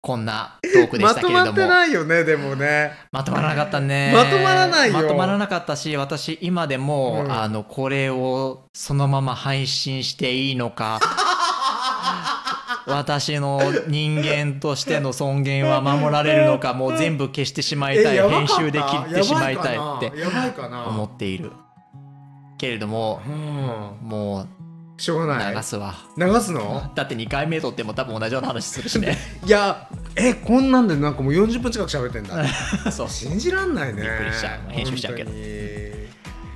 Speaker 1: こんなトークで
Speaker 2: ま
Speaker 1: したけ
Speaker 2: と
Speaker 1: れど
Speaker 2: ま
Speaker 1: も
Speaker 2: ってないよねでもね
Speaker 1: まとまらなかったね
Speaker 2: まとまらないよ
Speaker 1: まとまらなかったし私今でも、
Speaker 2: うん
Speaker 1: あのこれをそのまま配信していいの か私の人間としての尊厳は守られるのかもう全部消してしまいたい
Speaker 2: えやばか
Speaker 1: 編
Speaker 2: った
Speaker 1: 集で切ってしまいたいって
Speaker 2: やばいかな
Speaker 1: 思っているけれども、も
Speaker 2: うしょうがない
Speaker 1: 流すわ
Speaker 2: 流すの
Speaker 1: だって2回目撮っても多分同じような話するしね
Speaker 2: いやえこんなんでなんかもう40分近く喋ってんだ
Speaker 1: そう
Speaker 2: 信じらんないね
Speaker 1: びっくりしちゃう編集しちゃうけど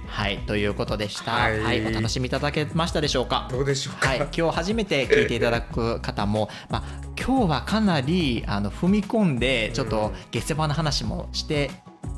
Speaker 1: はいということでしたはい、お楽しみいただけましたでしょうか
Speaker 2: どうでしょう
Speaker 1: か、はい、今日初めて聞いていただく方も、まあ、今日はかなりあの踏み込んでちょっと下世話の話もして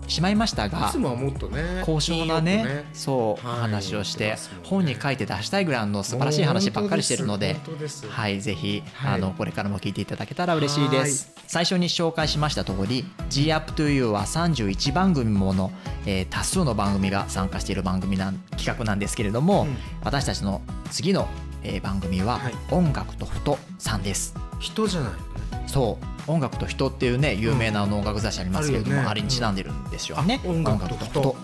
Speaker 1: しまいましたが
Speaker 2: いつもはもっとね
Speaker 1: 高尚なね
Speaker 2: いいよ
Speaker 1: そう、
Speaker 2: はい
Speaker 1: 話をして、本に書いて出したいぐらいの素晴らしい話ばっかりしてるので
Speaker 2: もう本当です本当です
Speaker 1: はい、ぜひ、
Speaker 2: はい
Speaker 1: あのこれからも聞いていただけたら嬉しいです最初に紹介しました通り「GUPTOYOU」は31番組もの、えー多数の番組が参加している番組なん企画なんですけれども、私たちの次の、えー番組は「音楽とふと」さんです、
Speaker 2: 人じゃない
Speaker 1: そう音楽と人っていうね有名なあの音楽雑誌ありますけれども、
Speaker 2: あるよね
Speaker 1: あれにちなんでるんですよね、音楽とふと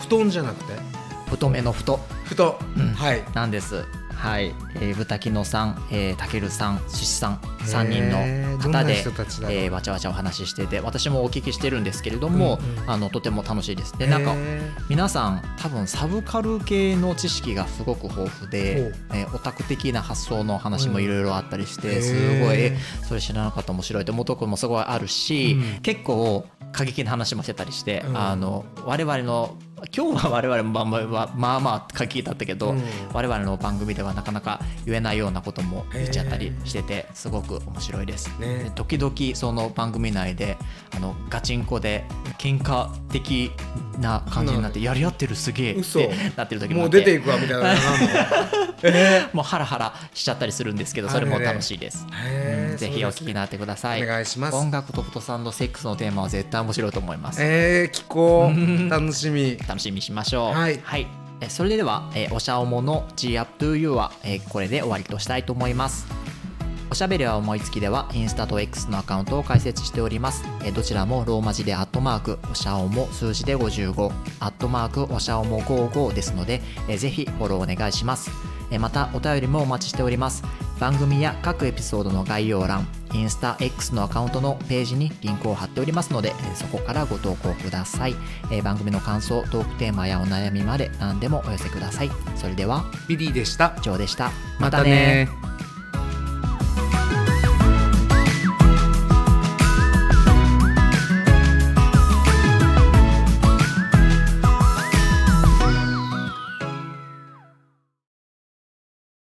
Speaker 2: 布団じゃなくて
Speaker 1: 太めの太
Speaker 2: 太、はい
Speaker 1: なんですはい、えー、豚木野さん、えー、たけるさんししさん
Speaker 2: へー
Speaker 1: 3人の
Speaker 2: どんな
Speaker 1: 方で
Speaker 2: 人たちだろう
Speaker 1: えーわちゃわちゃお話ししてて私もお聞きしてるんですけれども、あのとても楽しいですでなんか皆さん多分サブカル系の知識がすごく豊富で、えーオタク的な発想の話もいろいろあったりし
Speaker 2: うん
Speaker 1: てすごい
Speaker 2: へー
Speaker 1: えそれ知らなかった面白いって思うとこもすごいあるし、
Speaker 2: うん
Speaker 1: 結構過激な話もしてたりして、
Speaker 2: うん
Speaker 1: あの我々の今日は我々もまあまあまあまあ過激だったけど、
Speaker 2: うん
Speaker 1: 我々の番組ではなかなか言えないようなことも言っちゃったりしててすごく面白いです。
Speaker 2: ね
Speaker 1: で時々その番組内であのガチンコで喧嘩的な感じになってやり合ってるすげえっ
Speaker 2: 嘘
Speaker 1: てなってる時もあ
Speaker 2: も
Speaker 1: っ
Speaker 2: う
Speaker 1: て
Speaker 2: 出ていくわみたいな
Speaker 1: もうハラハラしちゃったりするんですけどそれも楽しいです。
Speaker 2: へね
Speaker 1: ぜひお聞きになってください。お願いします。音楽とフォトサンドセックスのテーマは絶対面白いと思います。
Speaker 2: えー、聞こう。楽しみ。
Speaker 1: 楽しみにしましょう。はい。えそれでは、えーおしゃおもの G up to you は、えーこれで終わりとしたいと思います。おしゃべりは思いつきではインスタと X のアカウントを開設しております。えーどちらもローマ字でアットマークおしゃおも数字で55アットマークおしゃおも55ですので、えーぜひフォローお願いします。えーまたお便りもお待ちしております。番組や各エピソードの概要欄、インスタ X のアカウントのページにリンクを貼っておりますので、えーそこからご投稿ください。えー番組の感想、トークテーマやお悩みまで何でもお寄せください。それでは、ビリーでした。ジョーでした。またね
Speaker 2: またね